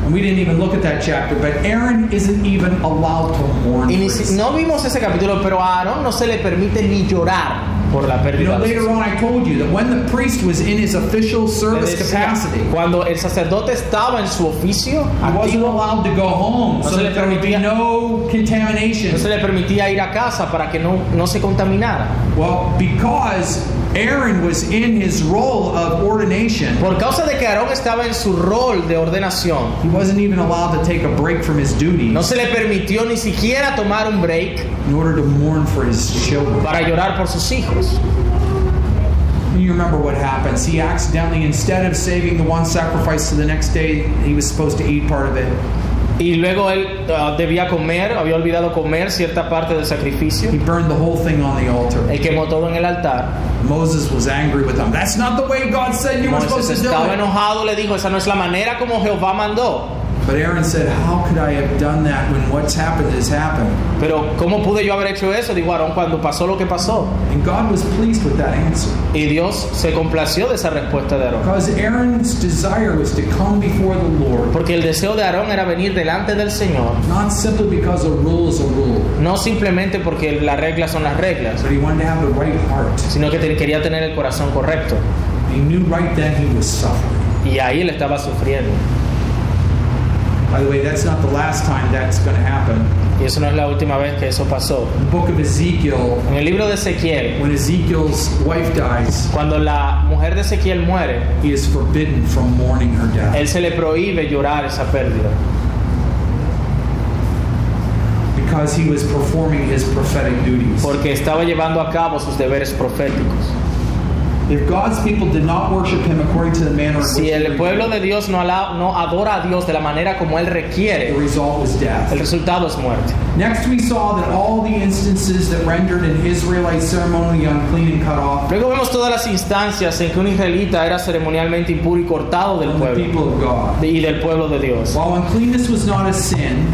B: And we didn't even look at that chapter, but Aaron isn't even allowed to mourn.
A: Y
B: for
A: ni
B: his
A: si- no vimos ese capítulo, pero a Aarón no se le permite ni llorar por la
B: You
A: pérdida
B: know,
A: de sus
B: later on I told you that when the priest was in his official service
A: Le decía,
B: capacity,
A: Cuando el sacerdote estaba en su oficio,
B: I wasn't
A: activo,
B: allowed to go home so
A: se le
B: that there would be
A: permitía-
B: no contamination.
A: no se le permitía ir a casa para que no, no se contaminara.
B: Well, because Aaron was in his role of ordination,
A: Por causa de que Aarón estaba en su rol de ordenación,
B: he wasn't even allowed to take a break from his duty
A: no se le permitió ni siquiera tomar un break
B: in order to mourn for his children.
A: para llorar por sus hijos.
B: You remember what happens. He accidentally, instead of saving the one sacrifice to the next day, he was supposed to eat part of it.
A: Y luego él ah, debía comer, había olvidado comer cierta parte del sacrificio,
B: He burned the whole thing on the altar.
A: el quemó todo en el altar.
B: Moses was angry with him. That's not the way God said you were supposed
A: Moisés
B: to do
A: estaba
B: it.
A: enojado, le dijo, esa no es la manera como Jehová mandó.
B: But Aaron said, How could I have done that when what's happened has happened?
A: Pero ¿cómo pude yo haber hecho eso? Dijo Aarón cuando pasó lo que pasó.
B: And God was pleased with that answer.
A: Y Dios se complació de esa respuesta de Aarón.
B: Because Aaron's desire was to come before the Lord,
A: Porque el deseo de Aarón era venir delante del Señor,
B: not simply because a rule is a rule,
A: no simplemente porque las reglas son las reglas,
B: but he wanted to have the right heart.
A: sino que te- quería tener el corazón correcto.
B: He knew right then he was suffering.
A: Y ahí él estaba sufriendo.
B: By the way, that's not the last time that's going to happen.
A: Y eso no es la última vez que eso pasó.
B: The book of Ezekiel,
A: En el libro de Ezequiel,
B: when Ezekiel's wife dies,
A: cuando la mujer de Ezequiel muere,
B: he is forbidden from mourning her death
A: él se le prohíbe llorar esa pérdida,
B: because he was performing his prophetic duties.
A: porque estaba llevando a cabo sus deberes proféticos.
B: If God's people did not worship him according to the manner in which
A: Si
B: he
A: el pueblo de Dios no, ala- no adora a Dios de la manera como él
B: the
A: requiere,
B: result was death.
A: el resultado es muerte.
B: Next, we saw that all the instances that rendered an Israelite ceremonially unclean and cut off
A: Luego vemos todas las instancias en que un israelita era ceremonialmente impuro y cortado del
B: from the
A: pueblo
B: people of God.
A: de- y del pueblo de Dios.
B: While uncleanness was not a sin,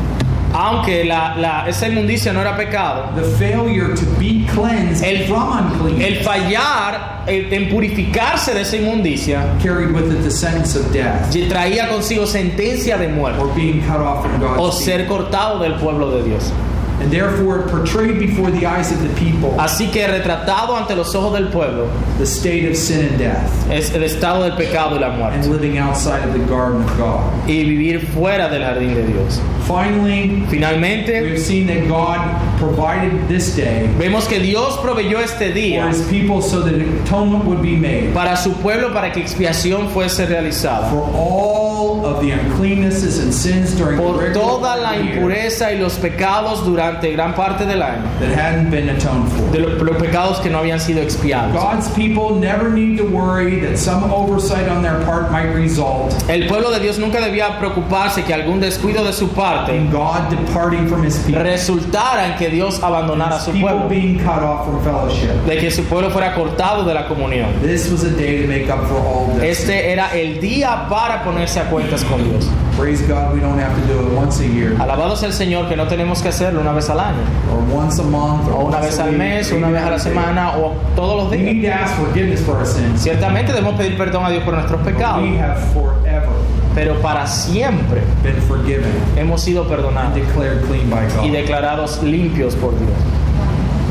A: Aunque la, la- esa inmundicia no era pecado,
B: the failure to be cleansed
A: El-
B: from uncleanness
A: el fallar el- en purificarse de esa inmundicia
B: carried with it the sentence of death
A: ye- traía consigo sentencia de muerte
B: or being cut off from
A: o
B: God's people.
A: ser cortado del pueblo de Dios.
B: And therefore, it portrayed before the eyes of the people
A: Así que retratado ante los ojos del pueblo
B: the state of sin and death
A: es el estado del pecado y la muerte.
B: and living outside of the garden of God.
A: y vivir fuera del jardín de Dios.
B: Finally, we
A: Finalmente,
B: have seen that God provided this day
A: vemos que Dios proveyó este
B: for
A: día
B: his people so that atonement would be made.
A: para su pueblo para que expiación fuese realizada
B: for all of the uncleannesses and sins during the
A: por
B: regular
A: toda la
B: year
A: impureza y los pecados durante gran parte del año,
B: that hadn't been atoned for.
A: de lo- los pecados que no habían sido expiados.
B: God's people never need to worry that some oversight on their part might result
A: El pueblo de Dios nunca debía preocuparse que algún descuido de su parte
B: in God departing from His people,
A: resultara en que Dios abandonara a
B: His
A: su
B: people
A: pueblo,
B: being cut off from fellowship.
A: de que su pueblo fuera cortado de la comunión.
B: This was a day to make up for all this.
A: Este era el día para ponerse a cuentas con Dios.
B: Praise God, we don't have to do it once a year,
A: Alabado sea el Señor que no tenemos que hacerlo una vez al año,
B: or once a month,
A: o
B: or
A: una
B: once
A: vez
B: a
A: al
B: week,
A: mes, o
B: or
A: una
B: even
A: vez a la
B: every day.
A: semana, o todos los
B: We
A: días.
B: need to ask forgiveness for our sins.
A: Ciertamente debemos pedir perdón a Dios por nuestros pecados,
B: We have forever
A: pero para siempre
B: been forgiven
A: hemos sido perdonados
B: and declared clean by God.
A: y declarados limpios por Dios.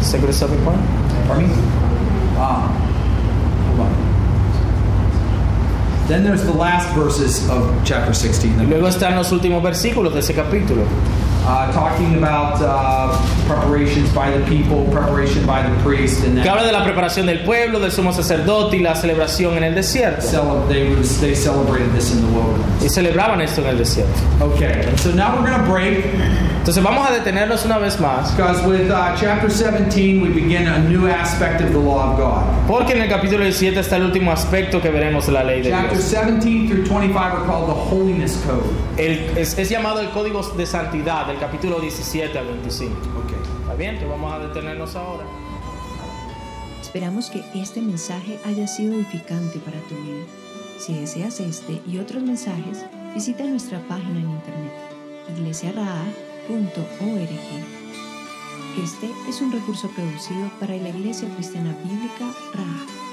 A: ¿Se cruzó mi Juan?
B: Pardon me? Ah, hold on. Then there's the last verses of chapter 16,
A: Y
B: that-
A: Luego están los últimos versículos de ese capítulo,
B: uh, talking about uh, preparations by the people, preparation by the priest, and
A: que habla
B: then
A: de la preparación del pueblo, del sumo sacerdote y la celebración en el desierto.
B: cele- they, was- they celebrated this in the wilderness.
A: Y celebraban esto en el desierto.
B: Okay, and so now we're going to break
A: Entonces vamos a detenernos una vez más,
B: because with uh, chapter 17 we begin a new aspect of the law of God.
A: porque en el capítulo 17 está el último aspecto que veremos de la ley de
B: Chapter
A: Dios.
B: 17 through 25 are called the holiness code.
A: El- es, es llamado el Código de Santidad, del capítulo 17 al 25.
B: Okay.
A: Está bien, que vamos a detenernos ahora.
C: Esperamos que este mensaje haya sido edificante para tu vida. Si deseas este y otros mensajes, visita nuestra página en internet iglesiaraa.org. Este es un recurso producido para la Iglesia Cristiana Bíblica Raha.